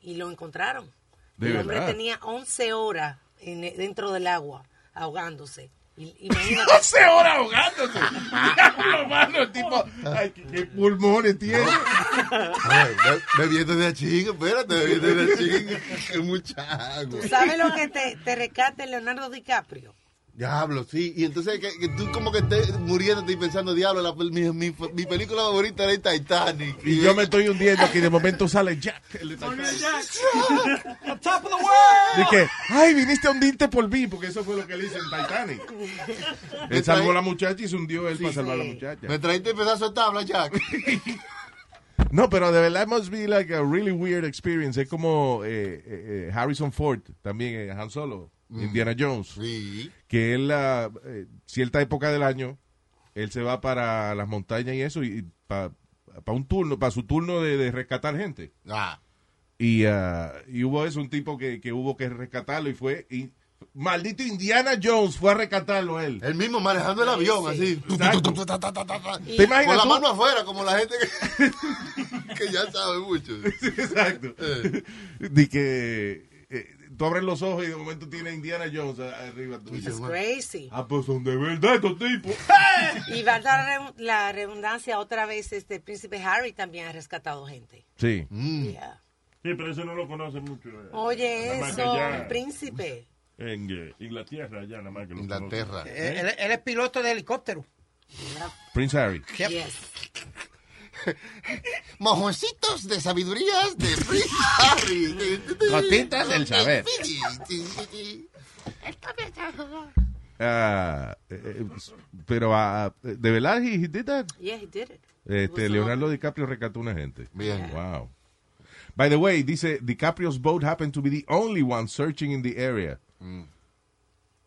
Speaker 13: y lo encontraron.
Speaker 6: De
Speaker 13: el hombre
Speaker 6: verdad.
Speaker 13: tenía 11 horas en- dentro del agua ahogándose. Y-
Speaker 6: <laughs>
Speaker 13: Imagínate.
Speaker 6: 12 horas ahogándose. <laughs> Diablo, mano, el tipo. Ay, qué, qué pulmones tiene.
Speaker 5: Ay, be- Bebiendo de chinga, espérate, bebiendo de <laughs> chinga. Que mucha agua.
Speaker 13: <laughs> ¿Tú sabes lo que te, te rescate Leonardo DiCaprio?
Speaker 5: Diablo, sí. Y entonces que, que tú como que estés muriéndote y pensando, diablo, la, pel- mi, mi, mi película favorita era el Titanic.
Speaker 6: Y yo me estoy hundiendo aquí. De momento sale Jack. el de Titanic.
Speaker 4: top of the world.
Speaker 6: Y que, ay, viniste a hundirte por mí, porque eso fue lo que él hizo en Titanic. Él salvó a la muchacha y se hundió él para salvar a la muchacha.
Speaker 5: Me trajiste pedazo de tabla, Jack.
Speaker 6: <laughs> No, pero de verdad must be like a really weird experience. Es como eh, eh, eh, Harrison Ford, también eh, Han Solo, Indiana Jones,
Speaker 5: Mm. Sí.
Speaker 6: que él a cierta época del año él se va para las montañas y eso y para un turno, para su turno de, de rescatar gente.
Speaker 5: Ah.
Speaker 6: Y, ah, y hubo eso, un tipo que, que hubo que rescatarlo y fue y maldito Indiana Jones fue a rescatarlo a él.
Speaker 5: El mismo manejando el avión, así. Tu, tu, tu, tu, <laughs> ta, ta, ta, ta, ta.
Speaker 6: ¿Te imaginas
Speaker 5: Con la
Speaker 6: tú?
Speaker 5: mano afuera, como la gente que, <laughs> que ya sabe mucho.
Speaker 6: <laughs> Exacto.
Speaker 5: Eh.
Speaker 6: De que eh, tú abres los ojos y de momento tiene a Indiana Jones a- arriba. Tú dices,
Speaker 13: It's crazy.
Speaker 6: ah, pues son de verdad estos tipos.
Speaker 13: Y va a dar re- la redundancia otra vez, este príncipe Harry también ha rescatado gente.
Speaker 6: Sí.
Speaker 5: Mm.
Speaker 13: Yeah.
Speaker 3: Sí, pero ese no lo conoce mucho. eh.
Speaker 13: Oye,
Speaker 3: Nada más que
Speaker 13: eso,
Speaker 3: allá
Speaker 13: el príncipe.
Speaker 3: En eh, Inglaterra, ya nada más que lo
Speaker 5: Inglaterra.
Speaker 3: conoce.
Speaker 4: Eh, Él, él es piloto de helicóptero.
Speaker 6: Prince Harry.
Speaker 5: <laughs>
Speaker 13: Yes.
Speaker 5: Mojoncitos de sabidurías de Prince Harry.
Speaker 6: Gotitas del saber. Ah, eh, eh, pero ah, eh, de verdad, he, he did that.
Speaker 13: Yeah, he did it.
Speaker 6: Este,
Speaker 13: Ujú.
Speaker 6: Leonardo DiCaprio rescató una gente.
Speaker 5: Bien.
Speaker 6: Wow. By the way, dice, DiCaprio's boat happened to be the only one searching in the area. O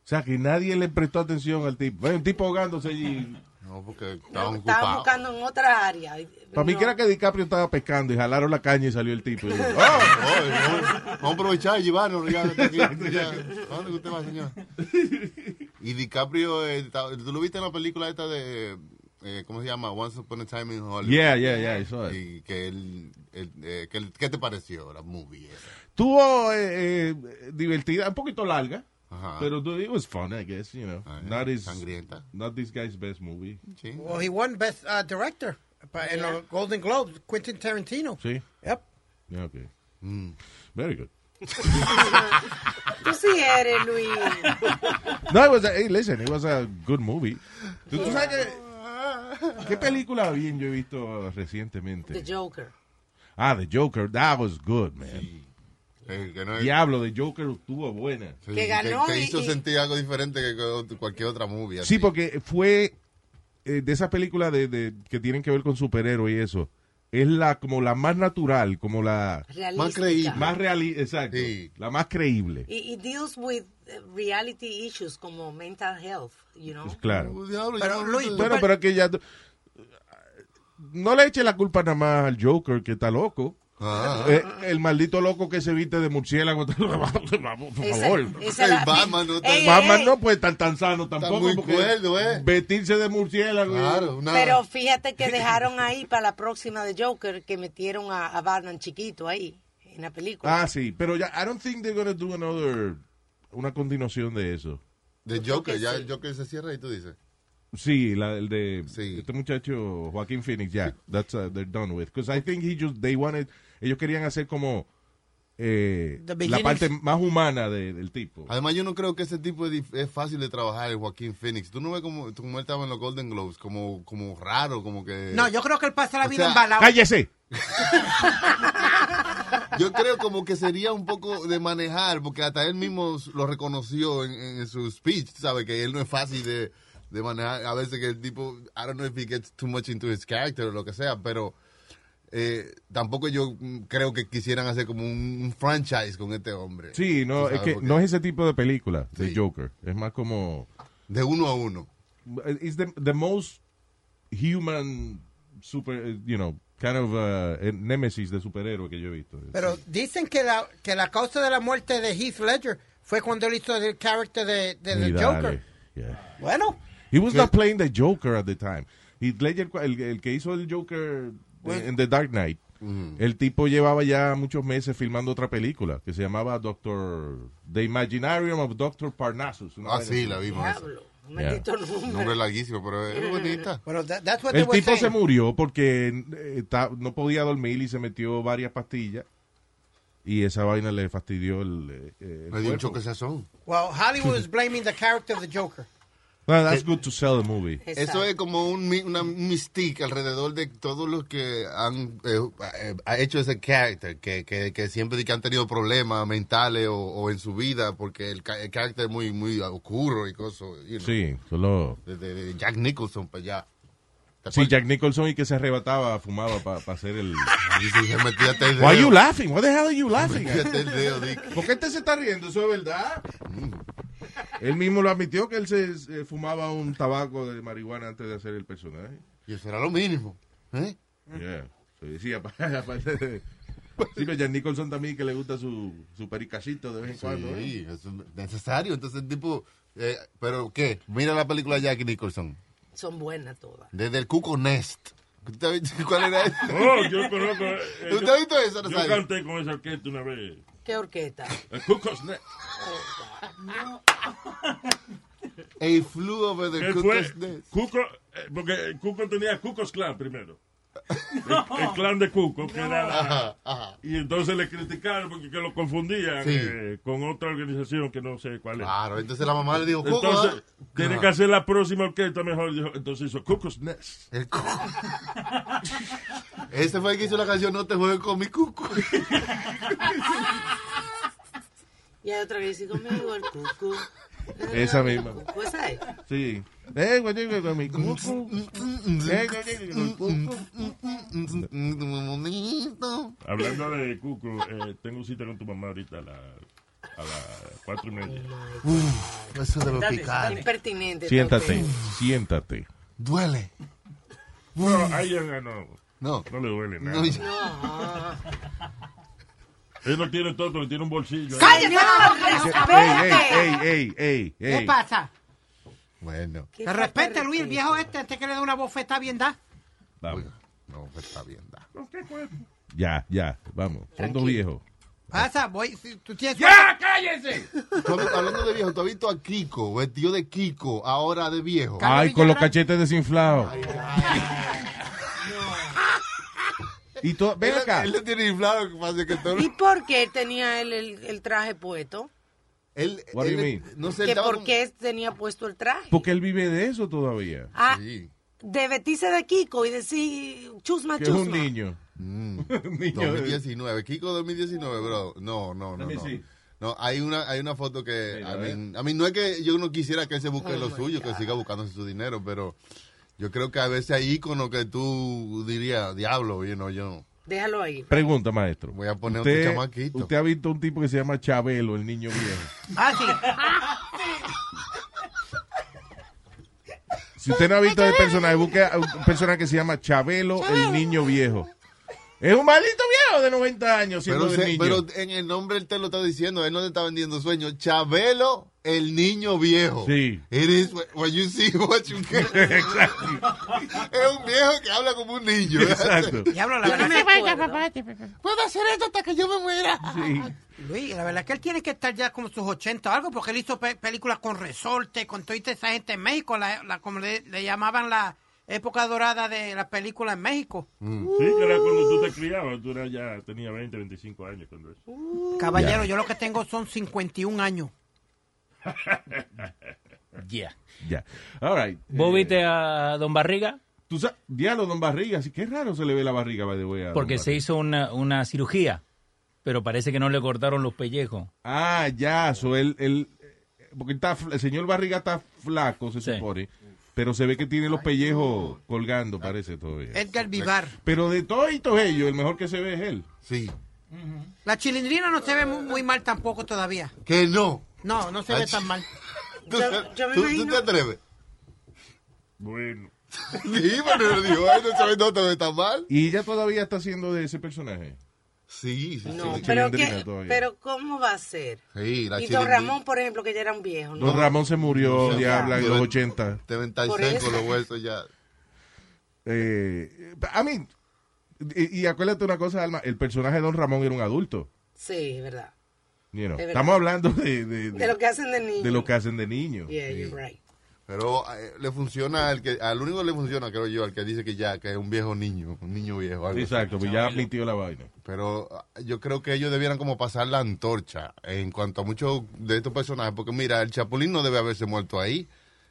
Speaker 6: sea, que nadie le prestó atención al tipo. Bueno, un tipo ahogándose allí.
Speaker 5: No, porque <laughs> estaban
Speaker 13: No, Estaban
Speaker 5: ocupados.
Speaker 13: buscando en otra área.
Speaker 6: Para mí
Speaker 13: No.
Speaker 6: que era que DiCaprio estaba pescando y jalaron la caña y salió el tipo.
Speaker 5: <laughs>
Speaker 6: Y dijo, "Oh".
Speaker 5: Oye, oye, Vamos a aprovechar y llevarnos. Ya, hasta aquí, ya. ¿A dónde usted va, señor? Y DiCaprio, eh, ta- ¿tú lo viste en la película esta de, eh, ¿cómo se llama? Once Upon a Time in Hollywood.
Speaker 6: Yeah, yeah, yeah, I saw it.
Speaker 5: Y que él, él, eh, que él- ¿qué te pareció la movie esa?
Speaker 6: Tuvo eh, eh, divertida, un poquito larga,
Speaker 5: Ajá.
Speaker 6: pero du- it was fun, I guess, you know.
Speaker 5: Ah,
Speaker 6: not his,
Speaker 5: sangrienta.
Speaker 6: Not this guy's best movie.
Speaker 5: Sí.
Speaker 4: Well, he won Best uh, Director pa- en los Golden Globes, Quentin Tarantino.
Speaker 6: Sí.
Speaker 4: Yep. <laughs>
Speaker 6: Yeah, okay.
Speaker 5: Mm.
Speaker 6: Very good.
Speaker 13: Tú sí eres, Luis.
Speaker 6: No, it was a, hey, listen, it was a good movie. ¿Tú, tú
Speaker 13: Ah,
Speaker 6: oh. sabes que, qué película bien yo he visto
Speaker 13: <laughs> The
Speaker 6: recientemente?
Speaker 13: Joker.
Speaker 6: Ah, The Joker, that was good, man.
Speaker 5: Eh, que no es-
Speaker 6: Diablo, The Joker estuvo buena.
Speaker 5: Sí, te hizo sentir algo diferente que co- cualquier otra movie.
Speaker 6: Sí,
Speaker 5: así.
Speaker 6: porque fue eh, de esas películas de, de- que tienen que ver con superhéroes y eso. Es la como la más natural, como la
Speaker 13: Realística. Más creíble.
Speaker 6: más reali- exacto, la más creíble.
Speaker 13: Y, y deals with eh, reality issues como mental health, you know.
Speaker 6: Claro.
Speaker 13: Pero Luis, tú
Speaker 6: bueno,
Speaker 13: par-
Speaker 6: pero es que ya no le eche la culpa nada más al Joker que está loco.
Speaker 5: Ah.
Speaker 6: Eh, el maldito loco que se viste de murciélago, <laughs> por favor.
Speaker 5: esa la- El Batman no está- Ey,
Speaker 6: Batman
Speaker 13: ey.
Speaker 6: no puede estar tan sano tampoco.
Speaker 5: muy
Speaker 6: porque
Speaker 5: cuerdo, eh.
Speaker 6: Vestirse de murciélago.
Speaker 5: Claro,
Speaker 13: Pero fíjate que dejaron ahí para la próxima de Joker que metieron a, a Batman chiquito ahí en la película.
Speaker 6: Ah, sí, pero ya, I don't think they're gonna do another, una continuación de eso.
Speaker 5: De Joker, ya el Joker se cierra y tú dices.
Speaker 6: Sí, la, el de este muchacho Joaquín Phoenix, ya, that's uh, they're done with. Because I think he just, they wanted, ellos querían hacer como eh,
Speaker 5: The
Speaker 6: la
Speaker 5: beginnings.
Speaker 6: parte más humana de- del tipo.
Speaker 5: Además, yo no creo que ese tipo es, dif- es fácil de trabajar, el Joaquín Phoenix. Tú no ves como, como él estaba en los Golden Globes, como, como raro, como que.
Speaker 4: No, yo creo que él pasa la
Speaker 5: O
Speaker 4: vida
Speaker 5: sea,
Speaker 4: embalado.
Speaker 6: ¡Cállese!
Speaker 5: <laughs> Yo creo como que sería un poco de manejar, porque hasta él mismo lo reconoció en, en su speech, ¿sabes? Que él no es fácil de, de manejar. A veces que el tipo, I don't know if he gets too much into his character o lo que sea, pero eh, tampoco yo mm, creo que quisieran hacer como un, un franchise con este hombre.
Speaker 6: Sí,
Speaker 5: Tú
Speaker 6: no, es
Speaker 5: sabes,
Speaker 6: que
Speaker 5: porque-
Speaker 6: no es ese tipo de película de Joker. Es más como.
Speaker 5: De uno a uno.
Speaker 6: It's the, the most human, super, eh, you know, kind of uh, eh, nemesis de superhéroe que yo he visto.
Speaker 4: Pero dicen que la, que la causa de la muerte de Heath Ledger fue cuando él hizo el character de, de,
Speaker 6: Ni
Speaker 4: The
Speaker 6: dale,
Speaker 4: Joker.
Speaker 6: yeah.
Speaker 4: Bueno.
Speaker 6: He was
Speaker 5: Pues-
Speaker 6: not playing the Joker at the time. Heath Ledger, el, el que hizo el Joker
Speaker 5: Pues-
Speaker 6: de- en The Dark Knight, el tipo llevaba ya muchos meses filmando otra película que se llamaba Doctor The Imaginarium of Doctor Parnassus. una
Speaker 5: Ah,
Speaker 6: vaina
Speaker 5: sí,
Speaker 6: así.
Speaker 5: la vimos. esa.
Speaker 6: maldito
Speaker 5: Un Nombre larguísimo, pero es bonita.
Speaker 4: Bueno, that- that's what
Speaker 6: El
Speaker 4: they were
Speaker 6: tipo se
Speaker 4: saying.
Speaker 6: murió porque eh, está- no podía dormir y se metió varias pastillas. Y esa vaina le fastidió el.
Speaker 5: Le dio un choque sazón.
Speaker 4: Well, Hollywood is blaming the character of the Joker.
Speaker 6: Well,
Speaker 5: Eh,
Speaker 6: that's good to sell the movie.
Speaker 5: Eso es como un, mi- una mystique alrededor de todos los que han eh, eh, ha hecho ese character, que, que, que siempre di que han tenido problemas mentales o, o en su vida, porque el, ca- el character es muy, muy oscuro y cosas. you know.
Speaker 6: Sí, solo.
Speaker 5: Desde de Jack Nicholson pues, para allá.
Speaker 6: Sí, Jack Nicholson y que se arrebataba, fumaba para hacer el.
Speaker 5: el dedo.
Speaker 6: Why you laughing? What the hell are you laughing? at?
Speaker 5: Metía el dedo, Dick.
Speaker 6: ¿Por qué este se está riendo? Eso es verdad. Él mismo lo admitió que él se eh, fumaba un tabaco de marihuana antes de hacer el personaje.
Speaker 5: Y eso era lo mínimo. ¿eh?
Speaker 6: Yeah. Se decía, <laughs> aparte de. Sí, pero Jack Nicholson también que le gusta su, su pericachito de vez en cuando. ¿eh?
Speaker 5: Sí, es necesario. Entonces, tipo, eh, ¿pero qué? Mira la película de Jack Nicholson.
Speaker 13: Son buenas todas.
Speaker 5: Desde el Cuco Nest. ¿Usted ha visto ¿Cuál era esa?
Speaker 3: Oh, yo conozco. eh,
Speaker 5: ¿Usted
Speaker 3: yo-
Speaker 5: ha visto esa,
Speaker 3: Yo
Speaker 5: Nazario?
Speaker 3: canté con esa orquesta una vez.
Speaker 13: ¿Qué orquesta?
Speaker 3: El Cuckoo's Nest.
Speaker 5: A flew over the
Speaker 3: Que
Speaker 5: Cuckoo's
Speaker 3: fue
Speaker 5: Nest.
Speaker 3: Cuco, eh, porque el Cuco tenía Cuco's Clan
Speaker 5: <laughs>
Speaker 3: primero. El, el clan de Cuco, que era la-
Speaker 5: Ajá, ajá.
Speaker 3: Y entonces le criticaron porque que lo confundían
Speaker 5: Sí.
Speaker 3: eh, con otra organización que no sé cuál es.
Speaker 5: Claro, entonces la mamá le dijo, "Cuco,
Speaker 3: Entonces,
Speaker 5: ah".
Speaker 3: tiene
Speaker 5: Ajá.
Speaker 3: que hacer la próxima orquesta mejor. Dijo, entonces hizo Cuco's Nest.
Speaker 5: <laughs> Ese fue el que hizo la canción No te juegues con mi cuco.
Speaker 13: Y hay otra que dice conmigo el cucu.
Speaker 6: Esa misma.
Speaker 13: Cucu, esa es.
Speaker 6: Sí. Eh, güey, güey, güey, mi cucu.
Speaker 5: mm,
Speaker 6: Eh, güey, güey, güey, cucu.
Speaker 3: Hablando de Cuco, eh, tengo cita con tu mamá ahorita a, la- a las cuatro y media.
Speaker 5: Uf, eso debe
Speaker 13: Está- está
Speaker 5: picar.
Speaker 13: impertinente.
Speaker 6: Siéntate,
Speaker 13: Toque.
Speaker 6: siéntate.
Speaker 5: Duele.
Speaker 3: No, a ella no.
Speaker 5: No.
Speaker 3: No le duele nada.
Speaker 5: No,
Speaker 3: Ella no tiene todo, le tiene un bolsillo.
Speaker 4: ¡Cállate!
Speaker 6: Ey, ey, ey, ey, <laughs> ey,
Speaker 4: ¿Qué
Speaker 6: ey.
Speaker 4: pasa?
Speaker 5: Bueno.
Speaker 4: Que respete, Luis, el viejo este, antes que le dé una bofetada bien da.
Speaker 6: Vamos.
Speaker 5: No, pues, está bien. da.
Speaker 6: Ya, ya, vamos. Son dos viejos.
Speaker 4: Pasa, voy, si tú tienes...
Speaker 15: ¡Ya, cállese!
Speaker 5: Tú has- Hablando de viejo, ¿tú has visto a Kiko, vestido de Kiko, ahora de viejo?
Speaker 6: Ay, con los cachetes desinflados. Y tú, ven
Speaker 5: Él-
Speaker 6: acá.
Speaker 5: Él le tiene inflado, lo que pasa es que todo...
Speaker 13: ¿Y por qué él tenía el, el, el traje puesto?
Speaker 5: Él,
Speaker 6: What do you
Speaker 5: él-
Speaker 6: mean?
Speaker 5: No sé, él
Speaker 13: ¿Que
Speaker 5: estaba
Speaker 13: ¿Por
Speaker 5: como-
Speaker 13: qué tenía puesto el traje?
Speaker 6: Porque él vive de
Speaker 5: Ah,
Speaker 6: eso todavía.
Speaker 13: Ah, de vestirse de Kiko y decir chusma,
Speaker 6: Que es un
Speaker 13: chusma.
Speaker 6: niño.
Speaker 5: Mm.
Speaker 6: Niño.
Speaker 5: 2019. Kiko 2019, bro. No, no, no.
Speaker 6: Let me
Speaker 5: No,
Speaker 6: see.
Speaker 5: No, hay una, hay una foto que.
Speaker 6: Mira,
Speaker 5: a,
Speaker 6: a
Speaker 5: mí,
Speaker 6: ver.
Speaker 5: a mí no es que yo no quisiera que él se busque
Speaker 6: Oh,
Speaker 5: lo
Speaker 6: my
Speaker 5: suyo, que siga buscándose su dinero, pero yo creo que a veces hay íconos que tú dirías, diablo, you know, yo.
Speaker 13: Déjalo ahí.
Speaker 6: Pregunta, maestro.
Speaker 5: Voy a poner otro
Speaker 6: usted,
Speaker 5: chamaquito.
Speaker 6: Usted ha visto un tipo que se llama Chabelo, el niño viejo.
Speaker 4: Ah, sí.
Speaker 6: Si usted no ha visto ese personaje, busque a un personaje que se llama Chabelo, el niño viejo. Es un maldito viejo de 90 años siendo
Speaker 5: Pero,
Speaker 6: el
Speaker 5: se-
Speaker 6: niño.
Speaker 5: pero en el nombre él te lo está diciendo, él no te está vendiendo sueños. Chabelo, el niño viejo.
Speaker 6: Sí.
Speaker 5: It is what- what you see, what you
Speaker 6: <laughs>
Speaker 5: get. Es un viejo que habla como un niño.
Speaker 6: Exacto.
Speaker 4: Diablo, la
Speaker 9: Yo no
Speaker 4: verdad
Speaker 9: me
Speaker 4: que-
Speaker 9: vaya, papá. te- Puedo hacer esto hasta que yo me muera.
Speaker 4: Luis, la verdad es que él tiene que estar ya como sus 80 o algo, porque él hizo pe- películas con Resorte, con toda esa gente en México, la, la- como le, le llamaban la época dorada de las películas en México.
Speaker 5: mm.
Speaker 3: Sí, que era cuando tú te criabas, tú eras ya tenía 20, 25 años cuando eso.
Speaker 4: Uh, Caballero, yo lo que tengo son
Speaker 5: <laughs>
Speaker 4: 51 años.
Speaker 16: Yeah.
Speaker 6: Ya. All right. eh,
Speaker 16: ¿Vos viste a Don Barriga?
Speaker 6: Tú sabes, diablo, Don Barriga, así que raro se le ve la barriga, by the way, a Don
Speaker 16: Porque
Speaker 6: Barriga.
Speaker 16: se hizo una, una cirugía, pero parece que no le cortaron los pellejos.
Speaker 6: Ah, ya, so él, él- eh, porque está, fl- el señor Barriga está flaco, se supone, pero se ve que tiene los pellejos
Speaker 5: Ah.
Speaker 6: colgando, parece todavía.
Speaker 4: Edgar Vivar.
Speaker 6: Pero de todos ellos, el mejor que se ve es él.
Speaker 5: Sí.
Speaker 4: La chilindrina no se ve muy, muy mal tampoco todavía.
Speaker 5: Que no.
Speaker 4: No, no se ve
Speaker 5: Ach-
Speaker 4: tan mal.
Speaker 5: ¿Tú, tú- tú te atreves?
Speaker 3: Bueno.
Speaker 5: <laughs> Sí, pero yo digo, ay, no sabes no te ve tan mal.
Speaker 6: Y ella todavía está haciendo de ese personaje.
Speaker 5: Sí, sí,
Speaker 13: No,
Speaker 6: sí.
Speaker 13: pero,
Speaker 6: Chilindrina
Speaker 13: que-
Speaker 6: todavía.
Speaker 13: pero ¿cómo va a ser?
Speaker 5: Sí, la
Speaker 13: y Don
Speaker 5: chilindrina.
Speaker 13: Ramón, por ejemplo, que ya era un viejo, ¿no?
Speaker 6: Don Ramón se murió,
Speaker 5: No sé.
Speaker 6: diabla, en los
Speaker 5: Por
Speaker 6: 80.
Speaker 5: Te
Speaker 13: Por
Speaker 5: 26
Speaker 13: eso.
Speaker 5: con los huesos ya.
Speaker 6: Eh, a mí, y, y acuérdate una cosa, Alma, el personaje de Don Ramón era un adulto.
Speaker 13: Sí, es verdad.
Speaker 6: you know.
Speaker 13: Es verdad.
Speaker 6: Estamos hablando de, de,
Speaker 13: De lo que hacen de niño.
Speaker 6: de lo que hacen de niño.
Speaker 13: Yeah, you're right.
Speaker 5: Pero eh, le funciona al que, al único que le funciona, creo yo, al que dice que ya, que es un viejo niño, un niño viejo. algo así.
Speaker 6: Exacto, pues ya admitió la vaina.
Speaker 5: Pero ah, yo creo que ellos debieran como pasar la antorcha en cuanto a muchos de estos personajes, porque mira, el Chapulín no debe haberse muerto ahí.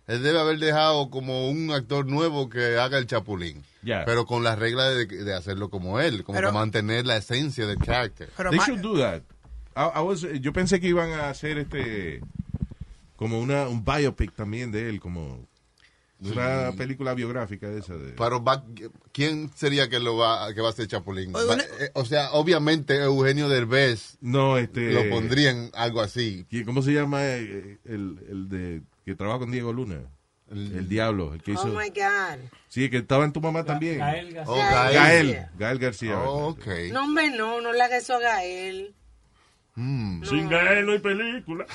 Speaker 5: Él debe haber dejado como un actor nuevo que haga el Chapulín.
Speaker 6: Ya.
Speaker 5: Pero con las reglas de, de hacerlo como él, como
Speaker 6: Pero-
Speaker 5: para mantener la esencia del carácter.
Speaker 6: They should do that. I- I was- yo pensé que iban a hacer este como una un biopic también de él, como una
Speaker 5: Sí.
Speaker 6: película biográfica de esa de
Speaker 5: Pero va- ¿quién sería que lo va que va a ser Chapulín? Va- eh, o sea, obviamente Eugenio Derbez
Speaker 6: No, este
Speaker 5: lo pondrían algo así.
Speaker 6: ¿Qui- ¿Cómo se llama eh, el, el de que trabaja con Diego Luna? El, diablo, el que
Speaker 13: Oh
Speaker 6: hizo
Speaker 13: my God.
Speaker 6: Sí, que estaba en tu mamá también.
Speaker 13: Gael García.
Speaker 5: Oh,
Speaker 6: Gael.
Speaker 5: Gael.
Speaker 6: Gael, García.
Speaker 5: Oh,
Speaker 13: No, hombre, no, no le haga eso a Gael.
Speaker 5: Mm.
Speaker 3: Sin Gael no hay película.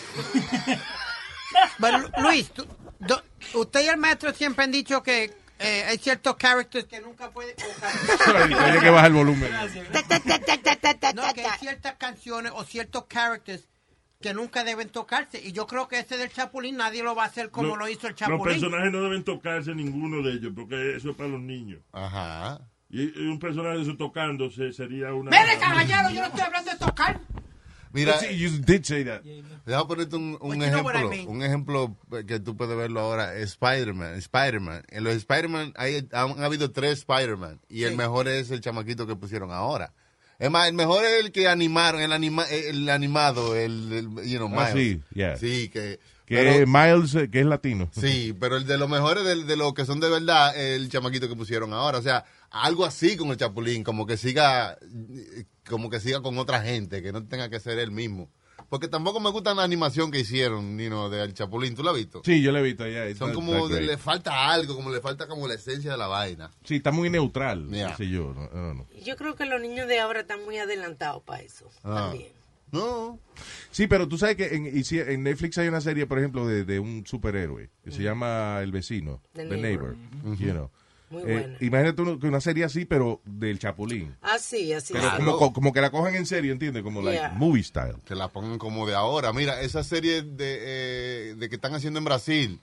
Speaker 4: Pero, Luis, tú- do- usted y el maestro siempre han dicho que eh, hay ciertos characters que nunca pueden...
Speaker 6: <laughs> Oye, que baja el volumen.
Speaker 4: No, que hay ciertas canciones o ciertos characters que nunca deben tocarse. Y yo creo que ese del Chapulín nadie lo va a hacer como
Speaker 3: Los-
Speaker 4: lo hizo el
Speaker 3: Los
Speaker 4: Chapulín.
Speaker 3: personajes no deben tocarse ninguno de ellos, porque eso es para los niños.
Speaker 5: Ajá.
Speaker 3: Y, y un personaje de eso tocándose sería una...
Speaker 4: Mire, caballero, yo no estoy hablando de tocar.
Speaker 5: Mira,
Speaker 6: Sí, you did say that.
Speaker 5: Deja ponerte un, un
Speaker 4: But you know what I
Speaker 5: ejemplo,
Speaker 4: mean.
Speaker 5: un ejemplo que tú puedes verlo ahora, Spider-Man, Spider-Man. En los Spider-Man hay, han habido tres Spider-Man y el mejor es el chamaquito que pusieron ahora. Es más, el mejor es el que animaron, el, anima, el animado, el, el, you know,
Speaker 6: Ah,
Speaker 5: Miles.
Speaker 6: sí, yeah.
Speaker 5: Sí, que...
Speaker 6: Que
Speaker 5: pero-
Speaker 6: Miles eh, que es latino.
Speaker 5: Sí, pero el de los mejores de, de los que son de verdad, el chamaquito que pusieron ahora. O sea, algo así con el Chapulín, como que siga, como que siga con otra gente, que no tenga que ser él mismo. Porque tampoco me gusta la animación que hicieron, Nino, del Chapulín. ¿Tú la has visto?
Speaker 6: Sí, yo lo he visto allá.
Speaker 5: Son como, de- le falta algo, como le falta como la esencia de la vaina.
Speaker 6: Sí, está muy neutral,
Speaker 5: Yeah.
Speaker 6: qué sé yo. no- Ah, no, no.
Speaker 13: Yo creo que los niños de ahora están muy adelantados para eso.
Speaker 6: Ah.
Speaker 13: También.
Speaker 5: No.
Speaker 6: Sí, pero tú sabes que en, y si- en Netflix hay una serie, por ejemplo, de, de un superhéroe que se llama El Vecino,
Speaker 13: The
Speaker 6: The,
Speaker 13: Neighbor.
Speaker 6: Neighbor. you know.
Speaker 13: Muy
Speaker 6: Eh,
Speaker 13: buena.
Speaker 6: imagínate uno- que una serie así, pero del Chapulín.
Speaker 13: Así, así.
Speaker 6: Pero
Speaker 13: así.
Speaker 6: como, co- como que la cojan en serio, ¿entiendes? Como
Speaker 13: Yeah.
Speaker 6: like movie style.
Speaker 5: Que la pongan como de ahora. Mira, esa serie de, eh, de que están haciendo en Brasil,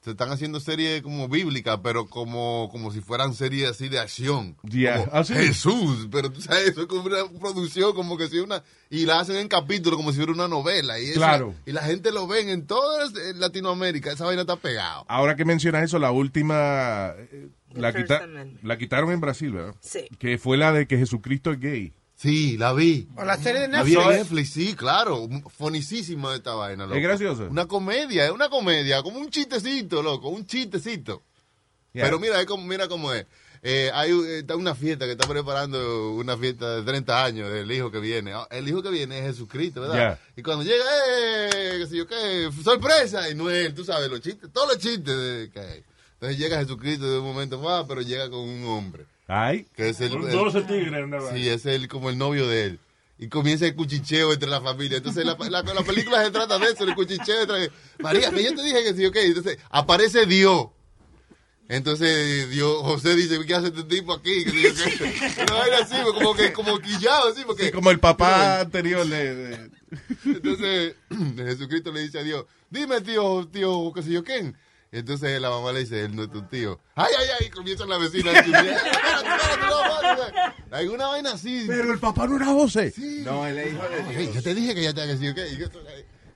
Speaker 5: se están haciendo series como bíblicas, pero como, como si fueran series así de acción.
Speaker 6: Yeah.
Speaker 5: Como,
Speaker 6: Ah, sí.
Speaker 5: Jesús, pero tú sabes, eso es como una producción, como que si una... Y la hacen en capítulos, como si fuera una novela. Y esa-
Speaker 6: Claro.
Speaker 5: Y la gente lo ven en toda Latinoamérica, esa eh, vaina está pegada.
Speaker 6: Ahora que mencionas eso, la última eh, la,
Speaker 13: First
Speaker 6: quita-
Speaker 13: Amendment.
Speaker 6: la quitaron en Brasil, ¿verdad?
Speaker 13: Sí.
Speaker 6: Que fue la de que Jesucristo es gay.
Speaker 5: Sí, la vi.
Speaker 4: O la serie de
Speaker 5: La vi en
Speaker 4: Netflix.
Speaker 5: Netflix, sí, claro. Fonicísima esta vaina, loco.
Speaker 6: Es graciosa.
Speaker 5: Una comedia, es una comedia, como un chistecito, loco, un chistecito.
Speaker 6: Yeah.
Speaker 5: Pero mira, es como, mira cómo es. Eh, hay un- está una fiesta que está preparando una fiesta de 30 años del hijo que viene. Ah, El hijo que viene es Jesucristo, ¿verdad? Y cuando llega, ¡eh! qué sé yo qué, sorpresa. Y no es él, tú sabes, los chistes, todos los chistes de- que hay. Entonces llega Jesucristo de un momento más, pero llega con un hombre.
Speaker 6: Ay.
Speaker 5: Que es el,
Speaker 3: Con
Speaker 5: el-
Speaker 3: 12 tigres andaban.
Speaker 5: Sí, es el, como el novio de él. Y comienza el cuchicheo entre la familia. Entonces la, la- la película se trata de eso, el cuchicheo. Entre, María, que yo te dije que sí, ok. Entonces aparece Dios. Entonces Dios, José dice, ¿qué hace este tipo aquí? Que sí, ok. Una vaina así, como que como quillado, así, porque...
Speaker 6: Como el papá anterior de- de-
Speaker 5: Entonces, <clears throat> Jesucristo le dice a Dios, dime tío, tío, qué sé yo quién. Entonces la mamá le dice, él no es tu tío. Ay, ay, ay, comienza la vecina. a chillar. Espérate, espérate, no, espérate. Alguna vaina así.
Speaker 6: Pero el papá no era José.
Speaker 5: No, él es hijo de Yo te dije que ya te había sido que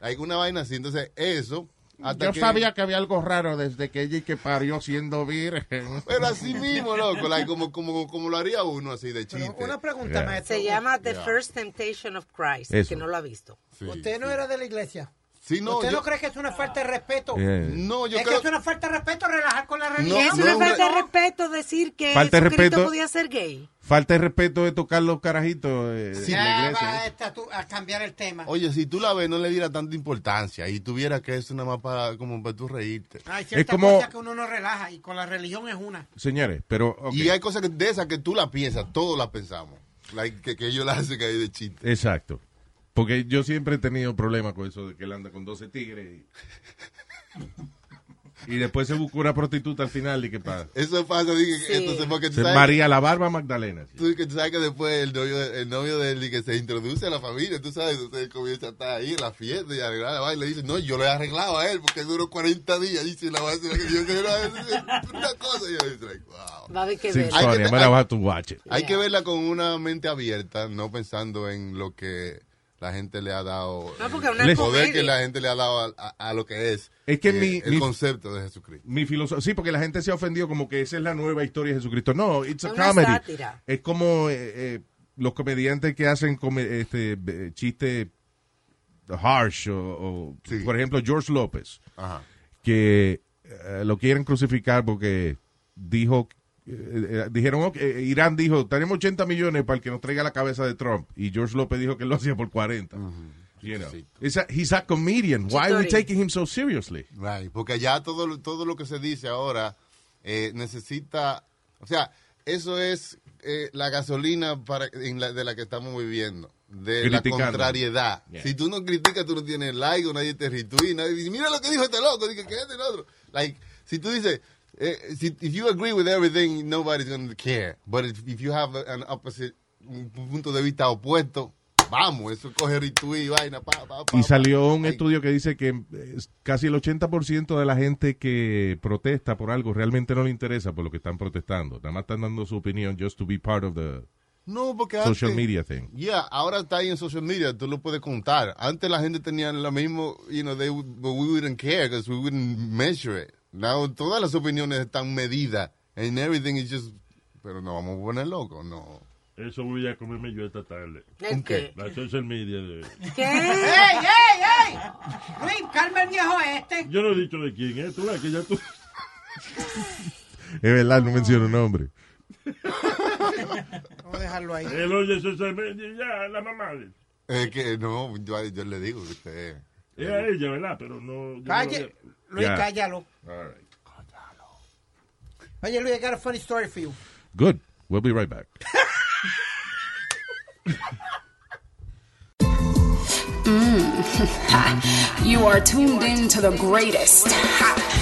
Speaker 5: alguna vaina así. Entonces, eso. Hasta
Speaker 15: Yo
Speaker 5: que-
Speaker 15: sabía que había algo raro desde que ella y que parió siendo virgen.
Speaker 5: <laughs> Pero así mismo, loco, like, como, como, como lo haría uno así de chiste.
Speaker 4: una
Speaker 5: pregunta, Yeah. maestro.
Speaker 13: Se llama The
Speaker 5: Yeah.
Speaker 13: First Temptation of Christ,
Speaker 5: Eso.
Speaker 13: que no lo ha visto.
Speaker 5: Sí.
Speaker 4: Usted no era de la iglesia.
Speaker 5: Sí, no,
Speaker 4: ¿Usted
Speaker 5: yo-
Speaker 4: no cree que es una falta de respeto?
Speaker 5: Yeah. No, yo
Speaker 4: es
Speaker 5: creo-
Speaker 4: que es una falta de respeto relajar con la religión.
Speaker 13: es una falta de respeto decir que
Speaker 6: Falta de
Speaker 13: Jesucristo
Speaker 6: respeto.
Speaker 13: podía ser gay.
Speaker 6: Falta de respeto de tocar los carajitos eh, en la
Speaker 4: Ya
Speaker 6: iglesia.
Speaker 4: va esta tú- a cambiar el tema.
Speaker 5: Oye, si tú la ves, no le diera tanta importancia y tuviera que es nada más para, como para tú reírte.
Speaker 4: Hay ciertas
Speaker 6: como-
Speaker 4: cosas que uno no relaja y con la religión es una.
Speaker 6: Señores, pero... ok.
Speaker 5: Y hay cosas que- de esas que tú las piensas, todos las pensamos. Like, que, que ellos las hacen ahí de chiste.
Speaker 6: Exacto. Porque yo siempre he tenido problemas con eso de que él anda con 12 tigres. Y, <laughs> y después se busca una prostituta al final y qué pasa.
Speaker 5: Eso pasa, dije, entonces, porque tú
Speaker 6: Se
Speaker 5: sabes,
Speaker 6: María la Barba Magdalena.
Speaker 5: tú, que tú sabes que después el novio, el novio de él y que se introduce a la familia, tú sabes, entonces comienza a estar ahí en la fiesta y arreglar la vaina y le dice, no, yo lo he arreglado a él porque duró 40 días y si la va a hacer, <laughs> yo se lo una cosa. Y yo digo, like, wow.
Speaker 13: Va a haber que
Speaker 6: Sin
Speaker 13: ver.
Speaker 6: Sonia, I'm gonna have to watch it.
Speaker 5: Hay que verla con una mente abierta, no pensando en lo que la gente le ha dado.
Speaker 13: No,
Speaker 5: el-
Speaker 13: porque una
Speaker 5: el
Speaker 13: comedia.
Speaker 5: poder que la gente le ha dado a, a- a lo que es.
Speaker 6: Es que
Speaker 5: eh,
Speaker 6: mi-
Speaker 5: el
Speaker 6: mi-
Speaker 5: concepto de Jesucristo.
Speaker 6: Mi filosofía, sí, porque la gente se ha ofendido como que esa es la nueva historia de Jesucristo. No, it's a
Speaker 13: Es una
Speaker 6: comedy.
Speaker 13: sátira.
Speaker 6: Es como eh, eh, los comediantes que hacen come- este eh, chiste harsh o, o, por ejemplo George López, que eh, lo quieren crucificar porque dijo eh, eh, dijeron ok, eh, Irán dijo tenemos 80 millones para el que nos traiga la cabeza de Trump y George López dijo que lo hacía por 40 you know. It's a- he's a comedian why are we
Speaker 5: Chistorio.
Speaker 6: taking him so seriously
Speaker 5: Right, porque ya todo, lo- todo lo que se dice ahora eh, necesita, o sea, eso es eh, la gasolina para, en la- de la que estamos viviendo, de la
Speaker 6: Criticando.
Speaker 5: contrariedad.
Speaker 6: Yeah.
Speaker 5: Si tú no criticas, tú no tienes like, o nadie te retweet, nadie dice, mira lo que dijo este loco, dije, que este el otro. Like, si tú dices, eh, si, if you agree with everything, nobody's going to care. But if, if you have an opposite, un punto de vista opuesto, vamos, eso coge retweet, vaina, pa, pa, pa.
Speaker 6: Y salió un estudio que dice que eh, casi el 80% de la gente que protesta por algo realmente no le interesa por lo que están protestando. Nada más están dando su opinión just to be part of the
Speaker 5: No, porque
Speaker 6: social
Speaker 5: antes-
Speaker 6: media thing.
Speaker 5: Yeah, ahora está ahí en social media, tú lo puedes contar. Antes la gente tenía lo mismo, you know, they, would- but we wouldn't care because we wouldn't measure it. Now todas las opiniones están medidas and everything is just, pero no vamos a poner loco, no.
Speaker 3: Eso voy a comerme yo esta tarde.
Speaker 5: ¿El qué?
Speaker 3: La social media de...
Speaker 13: ¿Qué?
Speaker 4: ¡Ey, ey, ey! Luis, calma el viejo este.
Speaker 3: Yo no he dicho de quién es, tú ves que ya tú...
Speaker 6: Es verdad, no menciono nombre.
Speaker 4: Vamos a dejarlo ahí.
Speaker 3: Él oye social media y ya, la mamá de...
Speaker 5: Es que no, yo, yo le digo que usted.
Speaker 3: Es a ella, ¿verdad? Pero no... yo no
Speaker 4: Calle,
Speaker 3: lo-
Speaker 4: Luis,
Speaker 5: Ya.
Speaker 4: cállalo.
Speaker 6: All right.
Speaker 4: Oye, Luis, I got a funny story for you.
Speaker 6: Good. We'll be right back.
Speaker 12: Mm. <laughs> You are tuned in to the greatest.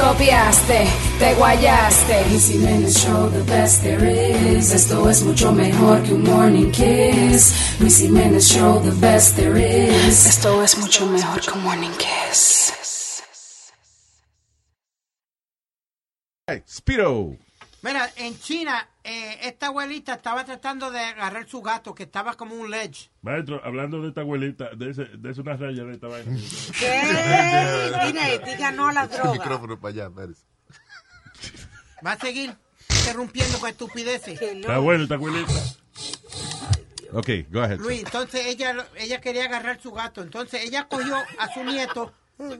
Speaker 12: Copiaste, te guayaste. Luis Jiménez Show, the best there is. Esto es mucho mejor que un morning kiss. Luis Jiménez Show, the best there is. Esto es mucho mejor que un morning kiss.
Speaker 6: Spiro.
Speaker 4: Mira, en China, eh, esta abuelita estaba tratando de agarrar su gato, que estaba como un ledge.
Speaker 3: Maestro, hablando de esta abuelita, de, ese, de ese una raya de esta vaina.
Speaker 4: <laughs>
Speaker 13: ¿Qué? Dile, diga no a las
Speaker 3: Este
Speaker 13: drogas.
Speaker 5: micrófono para allá, espérese.
Speaker 4: Va a seguir interrumpiendo con estupideces.
Speaker 6: Está bueno, está abuelita. Ok, go ahead.
Speaker 4: Luis, entonces ella, ella quería agarrar su gato. Entonces ella cogió a su nieto,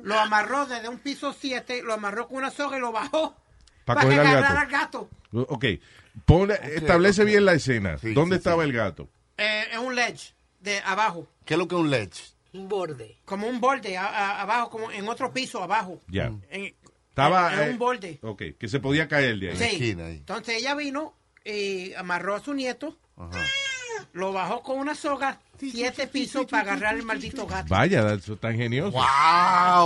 Speaker 4: lo amarró desde un piso 7, lo amarró con una soga y lo bajó.
Speaker 6: Para coger al
Speaker 4: agarrar
Speaker 6: gato.
Speaker 4: al gato.
Speaker 6: Ok, Ponle- establece bien la escena. ¿Dónde estaba el gato?
Speaker 4: Eh, es un ledge, de abajo.
Speaker 5: ¿Qué es lo que es un ledge?
Speaker 4: Un borde. Como un borde, a- a- abajo, como en otro piso, abajo.
Speaker 6: Ya.
Speaker 5: Mm.
Speaker 4: En-
Speaker 6: Estaba.
Speaker 4: Era un
Speaker 6: eh,
Speaker 4: borde.
Speaker 6: Ok, que se podía caer de ahí.
Speaker 4: Sí. Entonces ella vino y amarró a su nieto, lo bajó con una soga, siete pisos para agarrar el maldito gato.
Speaker 6: Vaya, eso está ingenioso.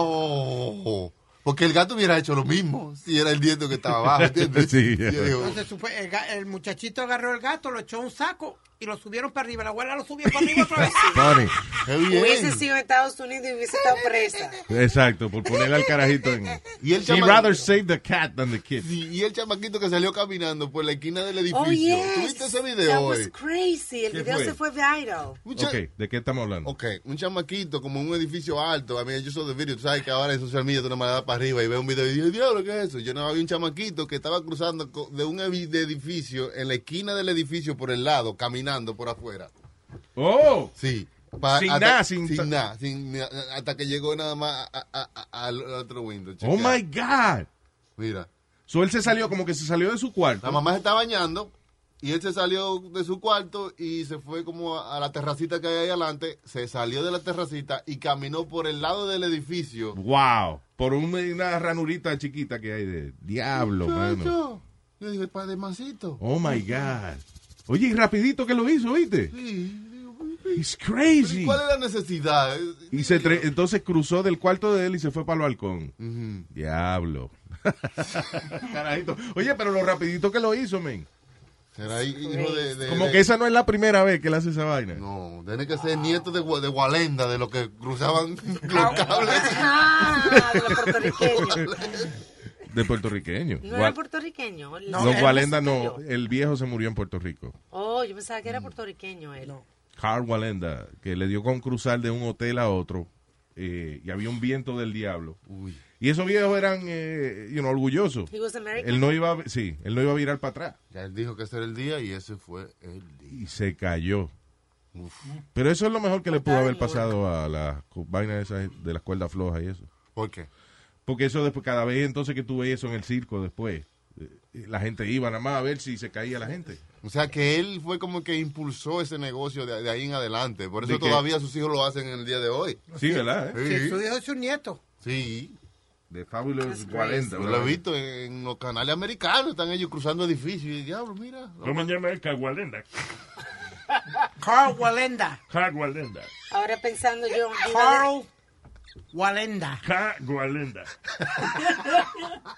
Speaker 5: ¡Wow! Porque el gato hubiera hecho lo mismo si era el nieto que estaba abajo, ¿entiendes?
Speaker 6: <laughs> Sí.
Speaker 5: Yo digo,
Speaker 4: Entonces supo- el, ga- el muchachito agarró el gato, lo echó a un saco y lo subieron para arriba. La abuela lo subió para arriba
Speaker 13: <laughs>
Speaker 4: otra vez.
Speaker 6: Funny.
Speaker 13: Hubiese sido en Estados Unidos y hubiese estado presa.
Speaker 6: Exacto, por ponerle al carajito en.
Speaker 5: Y el
Speaker 6: She
Speaker 5: chamaco-
Speaker 6: rather save the cat than the kid.
Speaker 5: sí, y el chamaquito que salió caminando por la esquina del edificio.
Speaker 13: Oh, yes.
Speaker 5: ¿Tuviste ese
Speaker 13: That
Speaker 5: video
Speaker 13: was
Speaker 5: hoy?
Speaker 13: crazy. El
Speaker 5: ¿Qué
Speaker 13: video
Speaker 5: fue?
Speaker 13: se fue viral.
Speaker 6: Ok, ¿de qué estamos hablando?
Speaker 5: Ok, un chamaquito como en un edificio alto. A mí, yo soy de video. Tú sabes que ahora en social media tú nomás le das para arriba y ves un video y dices, diablo, ¿qué es eso? Yo no había un chamaquito que estaba cruzando co- de un evi- de edificio en la esquina del edificio por el lado, caminando por afuera.
Speaker 6: ¡Oh!
Speaker 5: Sí. Pa-
Speaker 6: Sin
Speaker 5: hasta-
Speaker 6: nada, sin-
Speaker 5: sin nada, sin nada, hasta que llegó nada más a- a- a- al otro window.
Speaker 6: Oh
Speaker 5: Chequea.
Speaker 6: my God.
Speaker 5: Mira.
Speaker 6: So él se salió, como que se salió de su cuarto.
Speaker 5: La mamá se está bañando y él se salió de su cuarto y se fue como a, a la terracita que hay ahí adelante. Se salió de la terracita y caminó por el lado del edificio.
Speaker 6: Wow. Por un- una ranurita chiquita que hay de. Diablo, mano.
Speaker 5: Yo, yo dije, padre Mancito.
Speaker 6: Oh my God. Oye, y rapidito que lo hizo, ¿viste?
Speaker 5: Sí.
Speaker 6: It's crazy.
Speaker 5: ¿Cuál es la necesidad?
Speaker 6: Y se tre- entonces cruzó del cuarto de él y se fue para el balcón. Diablo. <laughs> Carajito. Oye, pero lo rapidito que lo hizo, men.
Speaker 5: Será hi- hijo de... de-
Speaker 6: Como
Speaker 5: de-
Speaker 6: que esa no es la primera vez que él hace esa vaina.
Speaker 5: No, tiene que ser nieto de, Gua- de Walenda, de los que cruzaban <laughs> los cables.
Speaker 13: Ah, de los puertorriqueños.
Speaker 6: De puertorriqueño.
Speaker 13: No
Speaker 6: Gua-
Speaker 13: era puertorriqueño. él-
Speaker 6: no,
Speaker 13: él se
Speaker 6: Walenda no.
Speaker 13: murió.
Speaker 6: El viejo se murió en Puerto Rico.
Speaker 13: Oh, yo pensaba que era puertorriqueño él.
Speaker 6: Carl Walenda, que le dio con cruzar de un hotel a otro. eh, y había un viento del diablo. Y esos viejos eran, eh, you know, orgullosos.
Speaker 13: He was American.
Speaker 6: Él no iba, a- sí, él no iba a virar para atrás.
Speaker 5: Ya él dijo que ese era el día y ese fue el día.
Speaker 6: y se cayó. Pero eso es lo mejor que le pudo haber pasado a las cu- vainas esas de las cuerdas flojas y eso.
Speaker 5: ¿Por qué?
Speaker 6: Porque eso después, cada vez entonces que tú veías eso en el circo después, eh, la gente iba nada más a ver si se caía la gente.
Speaker 5: O sea que él fue como que impulsó ese negocio de, de ahí en adelante. Por eso
Speaker 6: ¿De qué?
Speaker 5: todavía sus hijos lo hacen en el día de hoy.
Speaker 6: Sí, ¿verdad? eh?
Speaker 4: Sí, su hijo y su nieto.
Speaker 5: Sí.
Speaker 6: De Fabulous
Speaker 5: Walenda.
Speaker 6: Walenda,
Speaker 5: Yo lo he visto en, en los canales americanos. Están ellos cruzando edificios. Y diablo, mira.
Speaker 3: ¿Cómo se llama el Cagualenda?
Speaker 4: Carl Walenda.
Speaker 3: Cagualenda.
Speaker 13: Ahora pensando yo. yo iba a-
Speaker 4: Carl Walenda.
Speaker 3: Cagualenda.
Speaker 4: <laughs>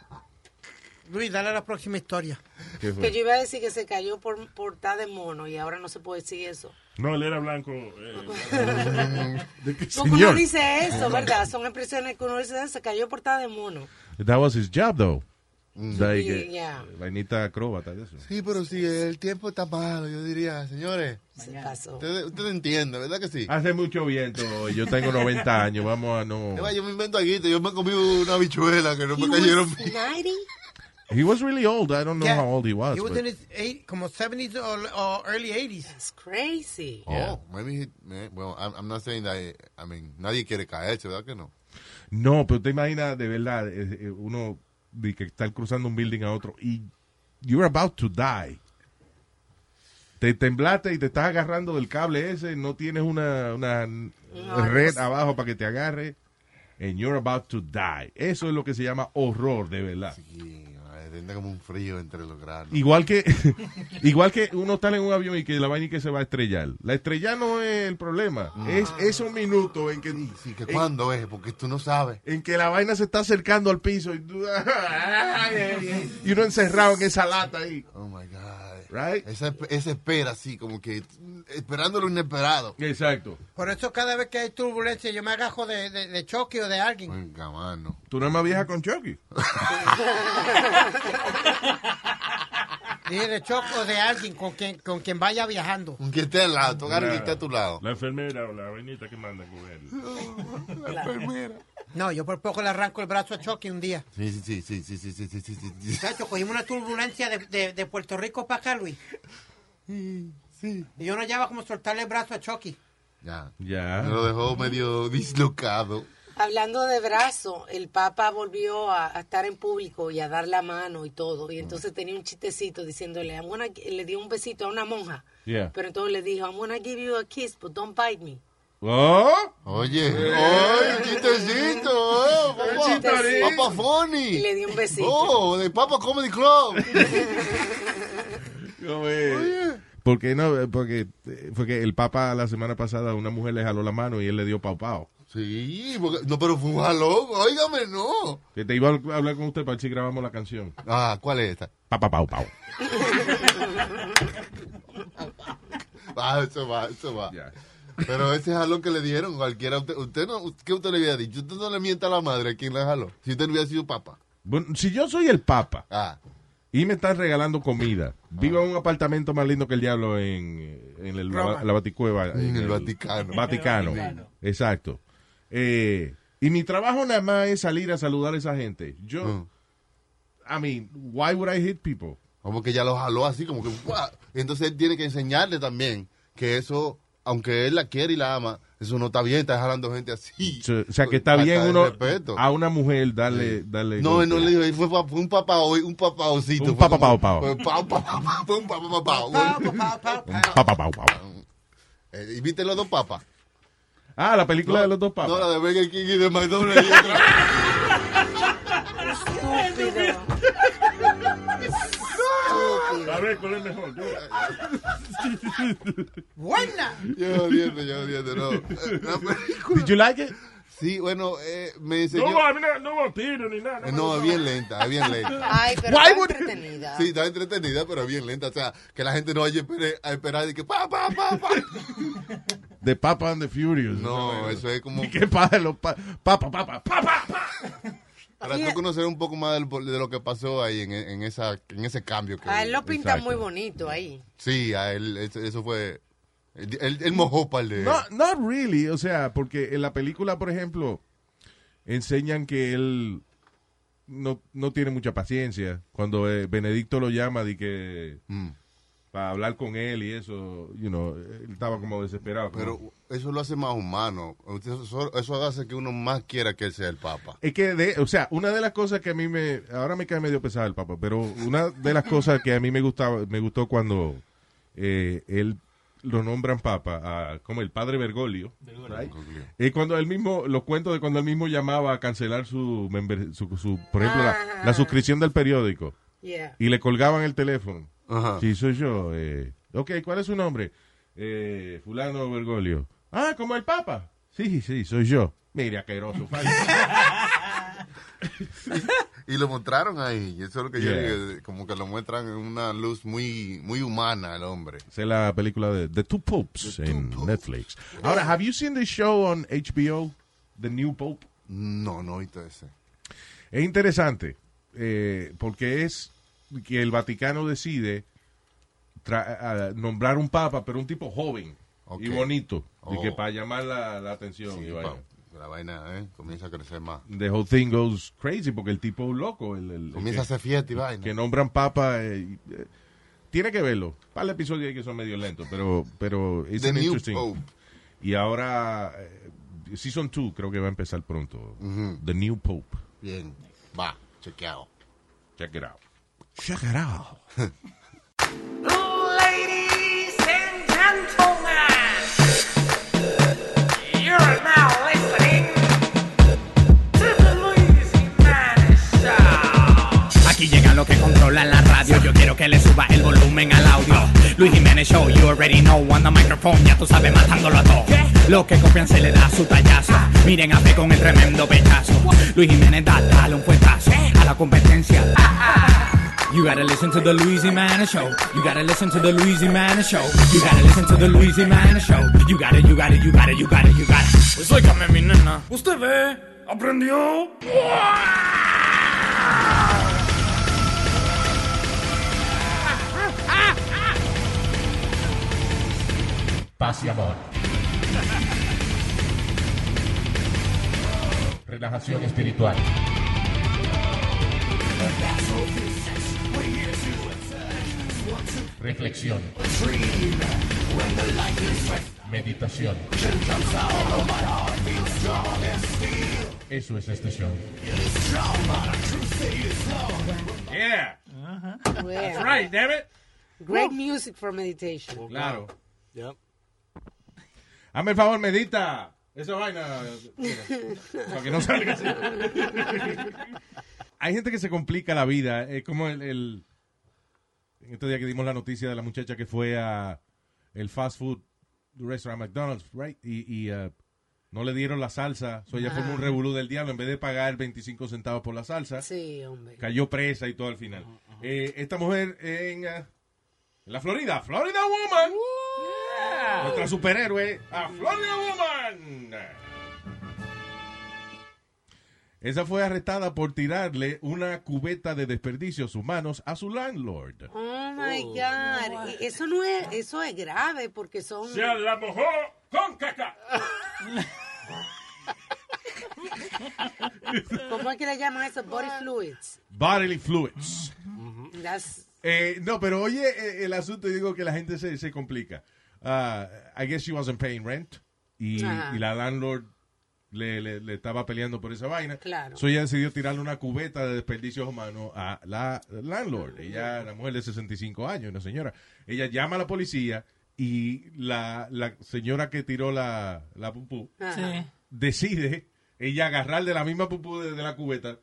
Speaker 4: Luis, dale a la próxima historia.
Speaker 6: ¿Qué
Speaker 13: Que yo iba a decir que se cayó por portada de mono y ahora no se puede
Speaker 5: <laughs>
Speaker 13: decir eso.
Speaker 3: No, él era blanco. eh.
Speaker 13: Porque uno dice eso, ¿verdad? Son expresiones que uno dice, "Ah, se cayó portada de mono.
Speaker 6: That was his job, though.
Speaker 5: Mm.
Speaker 6: Like,
Speaker 13: Sí,
Speaker 6: eh,
Speaker 13: yeah.
Speaker 6: Vainita acróbata de eso.
Speaker 5: Sí, pero si el tiempo está malo, yo diría, señores.
Speaker 13: Se pasó.
Speaker 5: Ustedes ustedes entienden, ¿verdad que sí?
Speaker 6: Hace mucho viento hoy, yo tengo 90 años, vamos a no...
Speaker 5: Es más, Yo me invento aquí, yo me comí una bichuela que no me cayeron.
Speaker 6: He was really old, I don't know how old he was.
Speaker 4: He was
Speaker 6: but-
Speaker 4: in his eight- como 70s or, or early 80s.
Speaker 13: That's crazy.
Speaker 5: Oh, maybe he, eh, well, I'm, I'm not saying that, eh, I mean, nadie quiere caerse, ¿verdad que no?
Speaker 6: No, pero te imaginas de verdad eh, eh, uno de que está cruzando un building a otro y you're about to die. Te temblaste y te estás agarrando del cable ese, no tienes una, una red abajo para que te agarre, and you're about to die. Eso es lo que se llama horror, de verdad.
Speaker 5: Y eh, tiene como un frío entre los granos.
Speaker 6: Igual que <laughs> igual que uno está en un avión y que la vaina y que se va a estrellar. La estrella no es el problema, es esos minutos en que
Speaker 5: Sí, que cuándo es, porque tú no sabes.
Speaker 6: en que la vaina se está acercando al piso y, tú- y uno encerrado en esa lata ahí.
Speaker 5: Oh my God.
Speaker 6: Right?
Speaker 5: Esa, esa espera así, como que esperando lo inesperado.
Speaker 6: Exacto.
Speaker 4: Por eso cada vez que hay turbulencia yo me agajo de, de, de Chucky o de alguien. <laughs>
Speaker 5: Venga, mano.
Speaker 6: Tú no más vieja
Speaker 5: <laughs>
Speaker 6: con Chucky.
Speaker 4: Dije de Chucky o de alguien con quien, con quien vaya viajando.
Speaker 5: Que esté al lado, tocar que
Speaker 4: Claro.
Speaker 5: esté a tu lado.
Speaker 3: La enfermera o la vainita que manda con él.
Speaker 5: La
Speaker 6: Pues
Speaker 5: enfermera.
Speaker 4: No, yo por poco le arranco el brazo a Chucky un día.
Speaker 5: Sí, sí, sí, sí, sí, sí, sí, sí, sí, sí, sí.
Speaker 4: Chacho, cogimos una turbulencia de, de- de Puerto Rico para acá, Luis. Sí. Y yo no llevaba como soltarle el brazo a Chucky.
Speaker 5: Ya.
Speaker 6: Ya.
Speaker 5: Me lo dejó medio <laughs> dislocado.
Speaker 13: Hablando de brazo, el Papa volvió a, a estar en público y a dar la mano y todo.
Speaker 6: Mm.
Speaker 13: Y entonces tenía un chistecito diciéndole, I'm gonna- le dio un besito a una monja.
Speaker 6: Yeah.
Speaker 13: Pero entonces le dijo, I'm gonna give you a kiss, but don't bite me.
Speaker 6: Oh.
Speaker 5: Oye. ¡Ay, chistecito!
Speaker 6: Eh,
Speaker 5: oh, papá.
Speaker 13: Chistecito.
Speaker 5: ¡Papa Funny!
Speaker 13: Y le dio un besito.
Speaker 5: ¡Oh, de Papa Comedy Club!
Speaker 6: <laughs> ¿Cómo es? Porque no, porque eh, fue que el Papa la semana pasada una mujer le jaló la mano y él le dio pau pau.
Speaker 5: Sí, porque- no, pero fue un jalón. Óigame, no.
Speaker 6: Que te iba a hablar con usted para ver si grabamos la canción.
Speaker 5: Ah, ¿cuál es esta?
Speaker 6: Papa pau pau.
Speaker 5: Va, eso va, eso va. Pero ese jalón que le dieron cualquiera, usted, usted no, ¿qué usted le hubiera dicho? Usted no le mienta a la madre a quien la jaló. Si usted no hubiera sido papá.
Speaker 6: Bueno, si yo soy el Papa
Speaker 5: Ah.
Speaker 6: y me están regalando comida, vivo en un apartamento más lindo que el diablo en, en el,
Speaker 5: Roma.
Speaker 6: la Baticueva.
Speaker 5: En el Vaticano.
Speaker 6: Vaticano.
Speaker 5: En el Vaticano.
Speaker 6: Exacto. Eh, y mi trabajo nada más es salir a saludar a esa gente. Yo,
Speaker 5: Mm.
Speaker 6: I mean, why would I hit people?
Speaker 5: Como que ya lo jaló así, como que. ¡guau! Entonces él tiene que enseñarle también que eso, aunque él la quiere y la ama, eso no está bien, está jalando gente así.
Speaker 6: So- O sea, que está
Speaker 5: Falta
Speaker 6: bien
Speaker 5: de
Speaker 6: uno
Speaker 5: respeto.
Speaker 6: a una mujer darle... darle
Speaker 5: No,
Speaker 6: golpe.
Speaker 5: él no le dijo, él fue, pa- fue un papá hoy, un papaocito.
Speaker 6: Un
Speaker 5: fue
Speaker 6: papa
Speaker 5: como-
Speaker 6: pao pao.
Speaker 5: Fue pao, pao, pao, fue un papa pao, pao.
Speaker 6: Papa pau pau.
Speaker 5: Eh, ¿Y viste los dos papas?
Speaker 6: Ah, la película
Speaker 5: No,
Speaker 6: de los dos papas.
Speaker 5: No, la de Burger King y de McDonald's. y otra.
Speaker 3: A ver, ¿cuál es mejor? Yo-
Speaker 4: ¡Buena!
Speaker 5: Yo odiando, yo odiando, no. Eh, la película-
Speaker 6: Did you like it?
Speaker 5: Sí, bueno, eh, me
Speaker 3: No,
Speaker 5: enseñó.
Speaker 3: hubo- a mí no, no hubo tiro ni nada.
Speaker 5: Eh, No, es bien lenta, es <laughs> bien lenta.
Speaker 13: Ay, pero
Speaker 5: Why
Speaker 13: está
Speaker 5: would-
Speaker 13: entretenida.
Speaker 5: Sí, está entretenida, pero bien lenta. O sea, que la gente no vaya a esperar- a esperar y que pa, pa, pa, pa.
Speaker 6: The Papa and the Furious.
Speaker 5: No, eso es como.
Speaker 6: ¿Y <laughs> qué pasa? Los pa- Papa, papa, papa.
Speaker 5: Para tú conocer un poco más del- de lo que pasó ahí en, en, esa, en ese cambio. Que
Speaker 13: A Ah, él lo
Speaker 5: hubo.
Speaker 13: pinta muy bonito ahí.
Speaker 5: Sí, a él, eso, eso fue. Él, él- él mojó para el de.
Speaker 6: No, not really. O sea, porque en la película, por ejemplo, enseñan que él no, no tiene mucha paciencia. Cuando eh, Benedicto lo llama de que
Speaker 5: Mm.
Speaker 6: para hablar con él y eso, you know, él estaba como desesperado. como-
Speaker 5: Pero eso lo hace más humano. Eso, eso hace que uno más quiera que él sea el Papa.
Speaker 6: Es que, de- o sea, una de las cosas que a mí me. Ahora me cae medio pesado el Papa, pero una de las cosas que a mí me gustaba, me gustó cuando eh, él lo nombran Papa, a- como el padre Bergoglio. right? Es cuando él mismo, los cuentos de cuando él mismo llamaba a cancelar su, member- su, su- por ejemplo, la, la suscripción del periódico.
Speaker 13: Yeah.
Speaker 6: Y le colgaban el teléfono.
Speaker 5: Ajá.
Speaker 6: Sí, soy yo. eh. Ok, ¿cuál es su nombre? Eh, fulano Bergoglio. Ah, como el Papa. Sí, sí, soy yo. Mire, asqueroso.
Speaker 5: Y lo mostraron ahí. y Eso es lo que yo
Speaker 6: Yeah.
Speaker 5: digo. eh, Como que lo muestran en una luz muy, muy humana al hombre.
Speaker 6: Esa es la película de The Two Popes en Netflix. Ahora, have you seen the show on HBO, The New Pope?
Speaker 5: No, no he visto ese.
Speaker 6: Es interesante, eh, porque es que el Vaticano decide tra- a- nombrar un papa, pero un tipo joven y bonito, y que para llamar la, la atención. y vaina.
Speaker 5: Oh. pa- la vaina eh, comienza a crecer más.
Speaker 6: The whole thing goes crazy porque el tipo es un loco. El, el- el
Speaker 5: Comienza a
Speaker 6: que-
Speaker 5: hacer fiesta y vaina.
Speaker 6: Que nombran papa. eh, y, eh, tiene que verlo. Para el episodio hay que son medio lentos, pero, pero es
Speaker 5: The New
Speaker 6: interesting.
Speaker 5: Pope.
Speaker 6: Y ahora, eh, Season 2 creo que va a empezar pronto. The New Pope.
Speaker 5: Bien. Va, chequeado.
Speaker 6: Check it out.
Speaker 5: Check
Speaker 6: it out.
Speaker 9: Ladies and gentlemen, you're now listening to the Luis Jiménez Show.
Speaker 17: Aquí llega lo que controla la radio. Yo quiero que le suba el volumen al audio. Luis Jiménez Show, you already know. On the microphone, ya tú sabes, matándolo a todo. Lo que copian se le da su tallazo. Miren a P con el tremendo pechazo. Luis Jiménez da, dale un puestazo a la competencia. You gotta listen to the Luis Jimenez Show. You gotta listen to the Luis Jimenez Show. You gotta listen to the Luis Jimenez Show. You gotta, you gotta, you gotta, you gotta, you gotta. Pues óigame, mi nena.
Speaker 18: Usted ve, aprendió.
Speaker 6: Paz y amor. Relajación espiritual. Reflexión. Meditación. Eso es este show. Yeah.
Speaker 13: That's
Speaker 6: right, damn it. Oh,
Speaker 13: Great music for meditation.
Speaker 6: Claro. Hazme el favor, medita. Esa vaina. Para que no salga así. Hay gente que se complica la vida. Es como el, el. En este día que dimos la noticia de la muchacha que fue a el fast food restaurant McDonald's, right? Y, y, uh, no le dieron la salsa. So ella
Speaker 13: Ajá.
Speaker 6: formó un revolú del diablo. En vez de pagar 25 centavos por la salsa,
Speaker 13: Sí, hombre.
Speaker 6: cayó presa y todo al final. Eh, esta mujer en, uh, en la Florida, Florida Woman. Nuestra superhéroe, a Florida Woman. Esa fue arrestada por tirarle una cubeta de desperdicios humanos a su landlord.
Speaker 13: Oh my God. Y eso no es, eso es grave porque son.
Speaker 6: Se la mojó con caca.
Speaker 13: <laughs> ¿Cómo es que le llaman eso? Body fluids.
Speaker 6: Bodily fluids.
Speaker 13: That's-
Speaker 6: Eh, no, pero oye eh, el asunto, yo digo que la gente se, se complica. Ah, I guess she wasn't paying rent y,
Speaker 13: Ajá.
Speaker 6: y la landlord le, le- le estaba peleando por esa vaina.
Speaker 13: Claro.
Speaker 6: So ella decidió tirarle una cubeta de desperdicios humanos a la
Speaker 13: Mm.
Speaker 6: landlord. Ella, la mujer de 65 años, una señora. Ella llama a la policía y la, la señora que tiró la, la pupú
Speaker 13: Ajá.
Speaker 6: decide ella agarrar de la misma pupú de, de la cubeta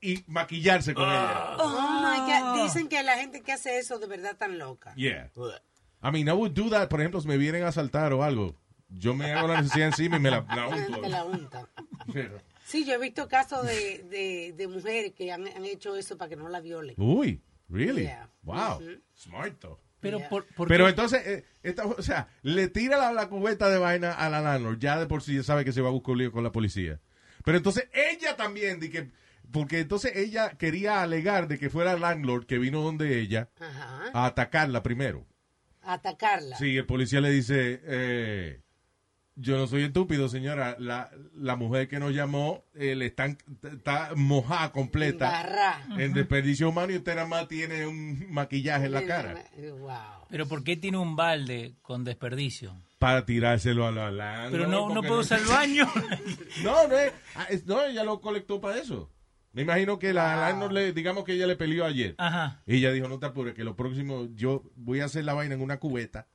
Speaker 6: y maquillarse con ella.
Speaker 13: Oh my God. Dicen que la gente que hace eso de verdad tan loca.
Speaker 6: Yeah. I mean, I would do that, por ejemplo, si me vienen a asaltar o algo. Yo me hago la necesidad encima y me la, la
Speaker 13: Te
Speaker 6: unto.
Speaker 13: la unta.
Speaker 6: Pero-
Speaker 13: Sí, yo he visto casos de, de, de mujeres que han, han hecho eso para que no la violen.
Speaker 6: Uy, really?
Speaker 13: Yeah.
Speaker 6: Wow,
Speaker 13: Ujú.
Speaker 6: smart though.
Speaker 13: Pero Yeah. por- por
Speaker 6: Pero
Speaker 13: qué?
Speaker 6: entonces, eh, esta- o sea, le tira la, la cubeta de vaina a la landlord. Ya de por sí ya sabe que se va a buscar un lío con la policía. Pero entonces ella también, di que, porque entonces ella quería alegar de que fuera landlord que vino donde ella
Speaker 13: Ajá.
Speaker 6: a atacarla primero.
Speaker 13: A Atacarla.
Speaker 6: Sí, el policía le dice, eh, yo no soy estúpido, señora. La, la mujer que nos llamó eh, le están, está mojada completa
Speaker 13: Embarrá.
Speaker 6: en desperdicio humano y usted nada más tiene un maquillaje en la cara
Speaker 13: Wow.
Speaker 16: Pero ¿por qué tiene un balde con desperdicio?
Speaker 6: para tirárselo a la lana.
Speaker 16: Pero no, no
Speaker 6: porque
Speaker 16: puedo usar el baño.
Speaker 6: <laughs> No, no, es- ah, es- no, ella lo colectó para eso. Me imagino que la landlord le, digamos que ella le peleó ayer.
Speaker 16: Ajá.
Speaker 6: Y ella dijo, no te apures, que lo próximo, yo voy a hacer la vaina en una cubeta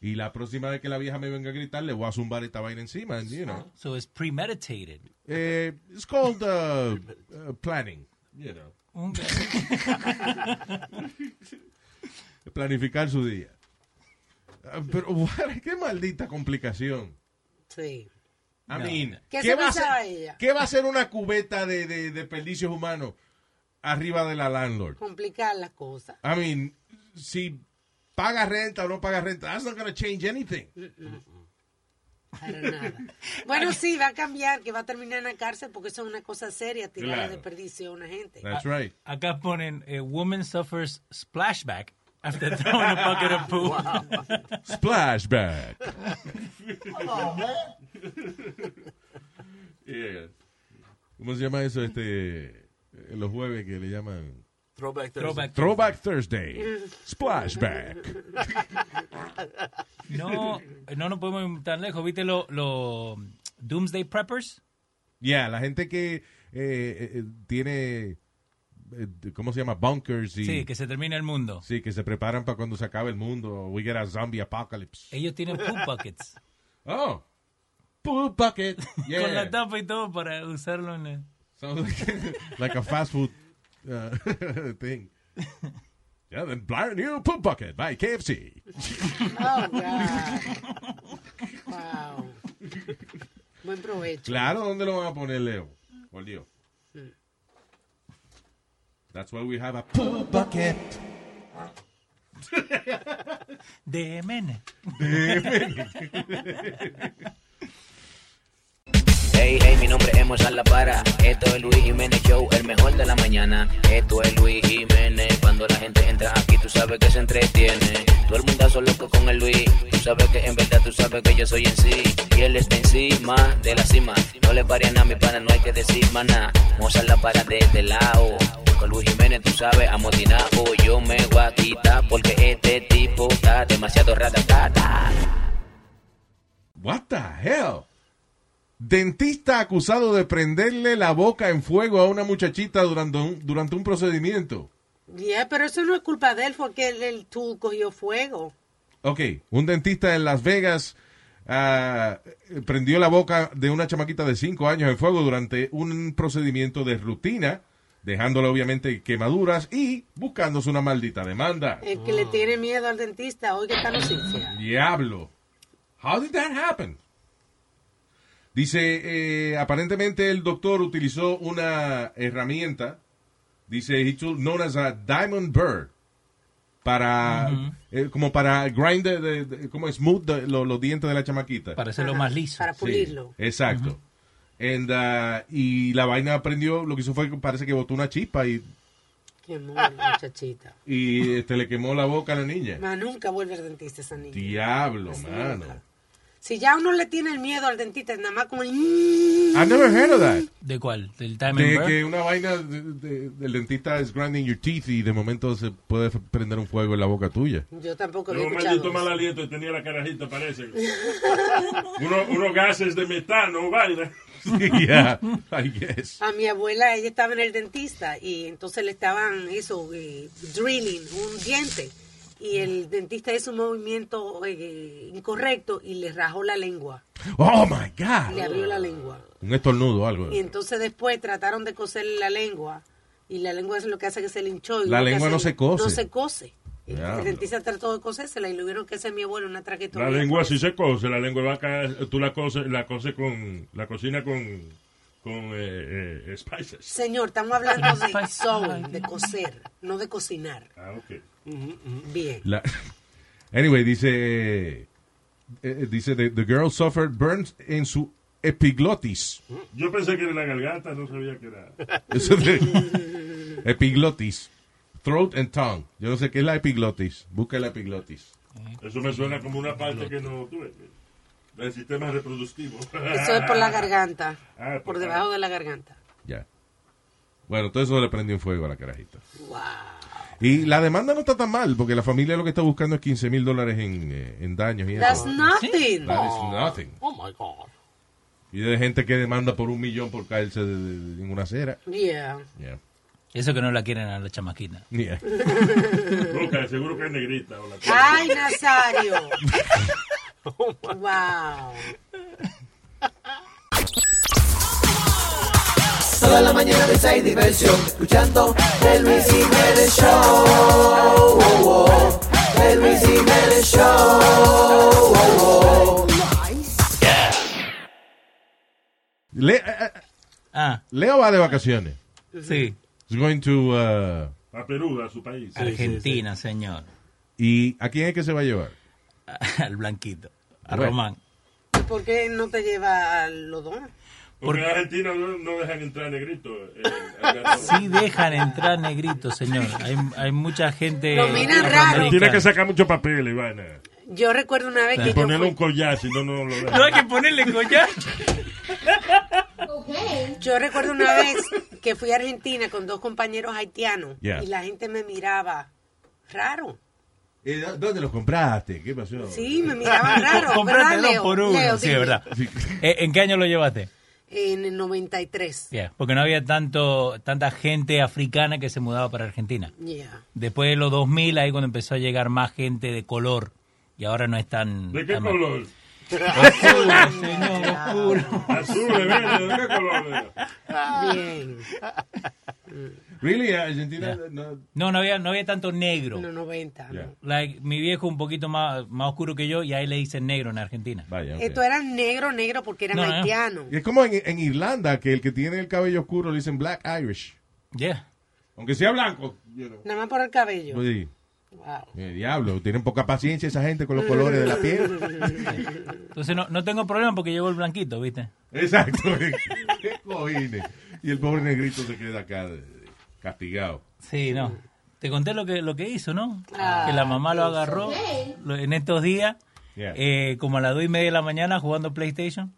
Speaker 6: y la próxima vez que la vieja me venga a gritar, le voy a zumbar esta vaina encima, and, you know.
Speaker 16: So it's premeditated.
Speaker 6: Eh, it's called uh, uh, planning. You know.
Speaker 16: Okay.
Speaker 6: <laughs> Planificar su día. Ah, Pero, <laughs> what? qué maldita complicación.
Speaker 13: Sí.
Speaker 6: I
Speaker 13: No.
Speaker 6: mean,
Speaker 13: ¿Qué se
Speaker 6: va a
Speaker 13: pensaba
Speaker 6: ser-
Speaker 13: ella?
Speaker 6: ¿Qué va a ser una cubeta de, de desperdicios humanos arriba de la landlord?
Speaker 13: Complicar las cosas.
Speaker 6: I mean, si paga renta o no paga renta, that's not gonna change anything.
Speaker 13: Para nada. Bueno, sí, va a cambiar, que va a terminar en la cárcel porque eso es una cosa seria, tirar
Speaker 16: Claro.
Speaker 13: desperdicio a una gente.
Speaker 6: That's right.
Speaker 16: Acá ponen, eh, woman suffers splashback after throwing a bucket of poo.
Speaker 6: <laughs> Splashback. ¿Cómo se llama eso? Este, eh, los jueves que le llaman.
Speaker 10: Throwback Thursday.
Speaker 6: Throwback, Throwback Thursday. Splashback.
Speaker 16: No, no nos podemos ir tan lejos. ¿Viste los lo Doomsday Preppers?
Speaker 6: Yeah, la gente que eh, eh, eh, tiene, eh, ¿cómo se llama? Bunkers. Y,
Speaker 16: Sí, que se termina el mundo.
Speaker 6: Sí, que se preparan para cuando se acabe el mundo. We get a zombie apocalypse.
Speaker 16: Ellos tienen poop
Speaker 6: <laughs>
Speaker 16: buckets.
Speaker 6: Oh. Poop bucket. Yeah.
Speaker 16: <laughs> Con la tapa y todo para usarlo en... el-
Speaker 6: Sounds like, <laughs> like a fast food uh, <laughs> thing. Yeah, then Blind New Poop Bucket by KFC.
Speaker 13: Oh, God.
Speaker 6: <laughs>
Speaker 13: Wow. <laughs> Buen provecho.
Speaker 6: Claro, ¿dónde lo van a poner, Leo? Por Dios. That's why we have a poo bucket.
Speaker 16: De men.
Speaker 19: Hey, hey, mi nombre es Mozart La Para. Esto es Luis Jiménez Show, el mejor de la mañana. Esto es Luis Jiménez. Cuando la gente entra aquí, tú sabes que se entretiene. Todo el mundazo loco con el Luis. Tú sabes que en verdad tú sabes que yo soy en sí. Y él está encima de la cima. No le parían a mi pana, no hay que decir maná. Mozart La Para desde lado. Con Luis Jiménez, tú sabes, amotinado. Yo me voy a quitar porque este tipo está demasiado ratatata.
Speaker 6: What the hell? Dentista acusado de prenderle la boca en fuego a una muchachita durante un, durante un procedimiento.
Speaker 13: Yeah, pero eso no es culpa de él porque el, el tool cogió fuego.
Speaker 6: Ok, un dentista en Las Vegas ah, prendió la boca de una chamaquita de 5 años en fuego durante un procedimiento de rutina, dejándole obviamente quemaduras y buscándose una maldita demanda.
Speaker 13: El que le tiene miedo al dentista, oiga esta noticia.
Speaker 6: Diablo. How did that happen? Dice, eh, aparentemente el doctor utilizó una herramienta, dice, he tool- known as a diamond bird, para, eh, como para grind, de- de- de- como smooth de- lo- los dientes de la chamaquita.
Speaker 16: Para hacerlo más liso.
Speaker 13: Para
Speaker 6: Sí,
Speaker 13: pulirlo.
Speaker 6: exacto. And, ah, y la vaina prendió, lo que hizo fue que parece que botó una chispa y,
Speaker 13: Qué mono,
Speaker 6: <laughs>
Speaker 13: muchachita.
Speaker 6: y este, le quemó la boca a la niña.
Speaker 13: Más nunca vuelve al dentista esa niña.
Speaker 6: Diablo,
Speaker 13: Así
Speaker 6: mano.
Speaker 13: nunca. Si ya uno le tiene el miedo al dentista, nada más como el... "Mm". I've
Speaker 6: I've never heard of that.
Speaker 16: ¿De cuál? ¿Del Diamond
Speaker 6: De
Speaker 16: Bird?
Speaker 6: que una vaina de- de- del dentista es grinding your teeth y de momento se puede f- prender un fuego en la boca tuya.
Speaker 13: Yo tampoco
Speaker 3: Era
Speaker 13: había
Speaker 3: un
Speaker 13: escuchado.
Speaker 3: maldito mal aliento y tenía la carajita, parece. Uno- unos gases de metano, vaina.
Speaker 6: yeah, I guess.
Speaker 13: <laughs> A mi abuela, ella estaba en el dentista y entonces le estaban eso, eh, drilling un diente. Y el dentista hizo un movimiento eh, incorrecto y le rajó la lengua.
Speaker 6: Oh my God.
Speaker 13: Le abrió la lengua.
Speaker 6: Un estornudo o algo.
Speaker 13: Y entonces después trataron de coserle la lengua. Y la lengua es lo que hace que se le hinchó. y
Speaker 6: La
Speaker 13: lo que
Speaker 6: lengua
Speaker 13: hace-
Speaker 6: no se cose.
Speaker 13: No se cose. El
Speaker 6: Diablo.
Speaker 13: dentista trató de cosérsela y le hubieron que hacer a mi abuelo una traquetomía.
Speaker 3: Ah, La lengua sí se cose, la lengua vaca, tú la cose, la cose con, la cocina con, con eh, eh, spices.
Speaker 13: Señor, estamos hablando de sewing, de coser, no de cocinar.
Speaker 3: Ah, ok. <laughs>
Speaker 13: Bien.
Speaker 6: La- <laughs> Anyway, dice, eh, dice the, the girl suffered burns en su epiglotis. <laughs>
Speaker 3: Yo pensé que era la garganta, no sabía que era.
Speaker 6: Eso de- <laughs> epiglotis. Throat and tongue. Yo no sé qué es la epiglotis. Busca la epiglotis.
Speaker 3: Eso me suena como una parte que no tuve. Del sistema reproductivo.
Speaker 13: Eso es por la garganta,
Speaker 3: Ah,
Speaker 13: por debajo de la garganta.
Speaker 6: Ya. Bueno, todo eso le prendió en fuego a la carajita.
Speaker 13: Wow.
Speaker 6: Y la demanda no está tan mal, porque la familia lo que está buscando es 15 mil dólares en, eh, en daños y <laughs>
Speaker 13: That's
Speaker 6: eso.
Speaker 13: nothing.
Speaker 6: That is nothing.
Speaker 13: Oh my God.
Speaker 6: Y hay gente que demanda por un millón por caerse de, de- de- en una acera.
Speaker 13: Yeah.
Speaker 6: Yeah.
Speaker 16: Eso que no la quieren a la chamaquita.
Speaker 6: Yeah.
Speaker 3: <laughs> Boca, seguro que es negrita. o la-
Speaker 13: Ay, Nazario. wow.
Speaker 11: Toda la mañana de esa diversión, escuchando el Luis Jiménez Show. Oh, oh. El Luis Jiménez Show. Oh, oh.
Speaker 6: Le- eh, eh, Leo va de vacaciones.
Speaker 16: Ah. Sí.
Speaker 6: He's going to... uh,
Speaker 3: A Perú, a su país.
Speaker 16: Argentina, señor. <laughs>
Speaker 6: ¿Y a quién es que se va a llevar?
Speaker 16: Al blanquito. A
Speaker 6: Bueno.
Speaker 16: Román.
Speaker 13: ¿Y ¿Por qué no te lleva a los dos?
Speaker 3: Porque
Speaker 16: Porque-
Speaker 3: en Argentina no, no dejan entrar negrito. eh,
Speaker 16: Sí dejan entrar negritos, señor. Hay, hay mucha gente...
Speaker 13: Lo miran raro.
Speaker 3: Tiene que sacar mucho papel, Ivana.
Speaker 13: Yo recuerdo una vez
Speaker 3: Y
Speaker 13: que yo
Speaker 3: ponerle
Speaker 13: fui,
Speaker 3: un collar, si no, no lo dejan.
Speaker 16: No hay que ponerle collar.
Speaker 13: yo recuerdo una vez que fui a Argentina con dos compañeros haitianos
Speaker 6: Yeah.
Speaker 13: y la gente me miraba raro.
Speaker 6: Eh, ¿dó- ¿Dónde los compraste? ¿Qué pasó?
Speaker 13: Sí,
Speaker 3: <laughs>
Speaker 13: me miraban raro.
Speaker 16: Compraste
Speaker 13: ¿verdad,
Speaker 16: dos
Speaker 13: Leo?
Speaker 16: por uno.
Speaker 13: Leo,
Speaker 16: sí,
Speaker 13: dime.
Speaker 16: es verdad. Eh, ¿En qué año lo llevaste?
Speaker 13: En el 93.
Speaker 16: Yeah, Porque no había tanto tanta gente africana que se mudaba para Argentina.
Speaker 13: Yeah.
Speaker 16: Después de los 2000, ahí cuando empezó a llegar más gente de color. Y ahora no es tan...
Speaker 3: ¿De qué
Speaker 16: tan mal.
Speaker 3: color?
Speaker 16: Oscuro, señor, oscuro.
Speaker 3: Azul, de
Speaker 6: ¿eh?
Speaker 3: verde, ¿de qué color?
Speaker 13: Bien.
Speaker 6: Really, Argentina
Speaker 16: Yeah.
Speaker 6: no-
Speaker 16: No, no había, no había tanto negro.
Speaker 13: No, 90. ¿no?
Speaker 6: Yeah.
Speaker 16: Like, mi viejo un poquito más, más oscuro que yo y ahí le dicen negro en Argentina.
Speaker 6: Vaya, ok.
Speaker 13: Esto era negro, negro porque eran
Speaker 16: No, ¿eh? no.
Speaker 13: haitianos.
Speaker 6: Y es como en, en Irlanda, que el que tiene el cabello oscuro le dicen black Irish.
Speaker 16: Yeah.
Speaker 6: Aunque sea blanco.
Speaker 13: Nada más por el cabello. <laughs>
Speaker 6: Sí.
Speaker 13: Wow.
Speaker 6: Eh, diablo, tienen poca paciencia esa gente con los colores de la
Speaker 16: <laughs>
Speaker 6: piel.
Speaker 16: Entonces no, no tengo problema porque llegó el blanquito, ¿viste?
Speaker 6: Exacto.
Speaker 16: <laughs>
Speaker 6: Qué cojines. Y el pobre negrito se queda acá eh, castigado.
Speaker 16: Sí, no. Te conté lo que, lo que hizo, ¿no?
Speaker 6: Ah,
Speaker 16: que la mamá lo agarró
Speaker 6: eso.
Speaker 16: lo- en estos días,
Speaker 6: Yeah.
Speaker 16: eh, como a las dos y media de la mañana jugando PlayStation.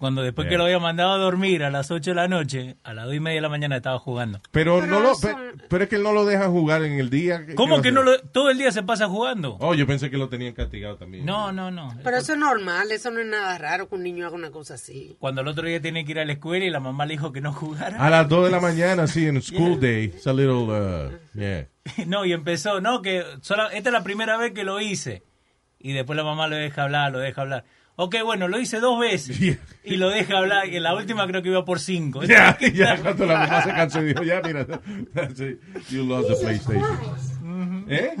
Speaker 16: Cuando después
Speaker 6: Yeah.
Speaker 16: que lo había mandado a dormir a las 8 de la noche, a las dos y media de la mañana estaba jugando.
Speaker 6: Pero, no lo, pe- pero es que no lo dejan jugar en el día.
Speaker 16: ¿Cómo que no
Speaker 6: lo.?
Speaker 16: Todo el día se pasa jugando.
Speaker 6: Oh, yo pensé que lo tenían castigado también.
Speaker 16: No, no, no.
Speaker 13: Pero eso es normal, eso no es nada raro que un niño haga una cosa así.
Speaker 16: Cuando el otro día tiene que ir a la escuela y la mamá le dijo que no jugara.
Speaker 6: A las 2 de la mañana, sí, en school day. It's a little. uh, yeah. <laughs>
Speaker 16: No, y empezó, no, que sola- esta es la primera vez que lo hice. Y después la mamá lo deja hablar, lo deja hablar. Ok, bueno, lo hice dos veces. Y lo deja hablar. Y en la última creo que iba por cinco.
Speaker 6: Ya, ya, cuando la mamá se cansó y dijo, ya, mira, <laughs> that's it. you lost the PlayStation. ¿Eh?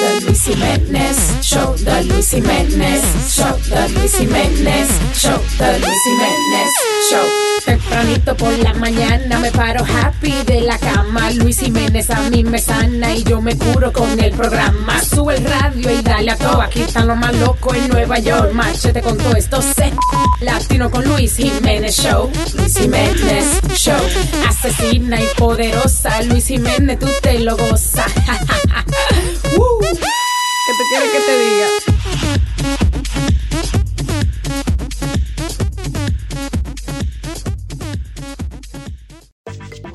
Speaker 12: The Luis Jiménez Show, The Luis Jiménez Show, The Luis Jiménez Show, The Luis Jiménez Show. Tempranito por la mañana me paro happy de la cama. Luis Jiménez a mí me sana y yo me curo con el programa. Sube el radio y dale a todo. Aquí están los más locos en Nueva York. Machete con todo esto. Se latino con Luis Jiménez Show. Luis Jiménez Show. Asesina y poderosa. Luis Jiménez, tú te lo gozas. Woo. ¿Qué te quiere que te diga?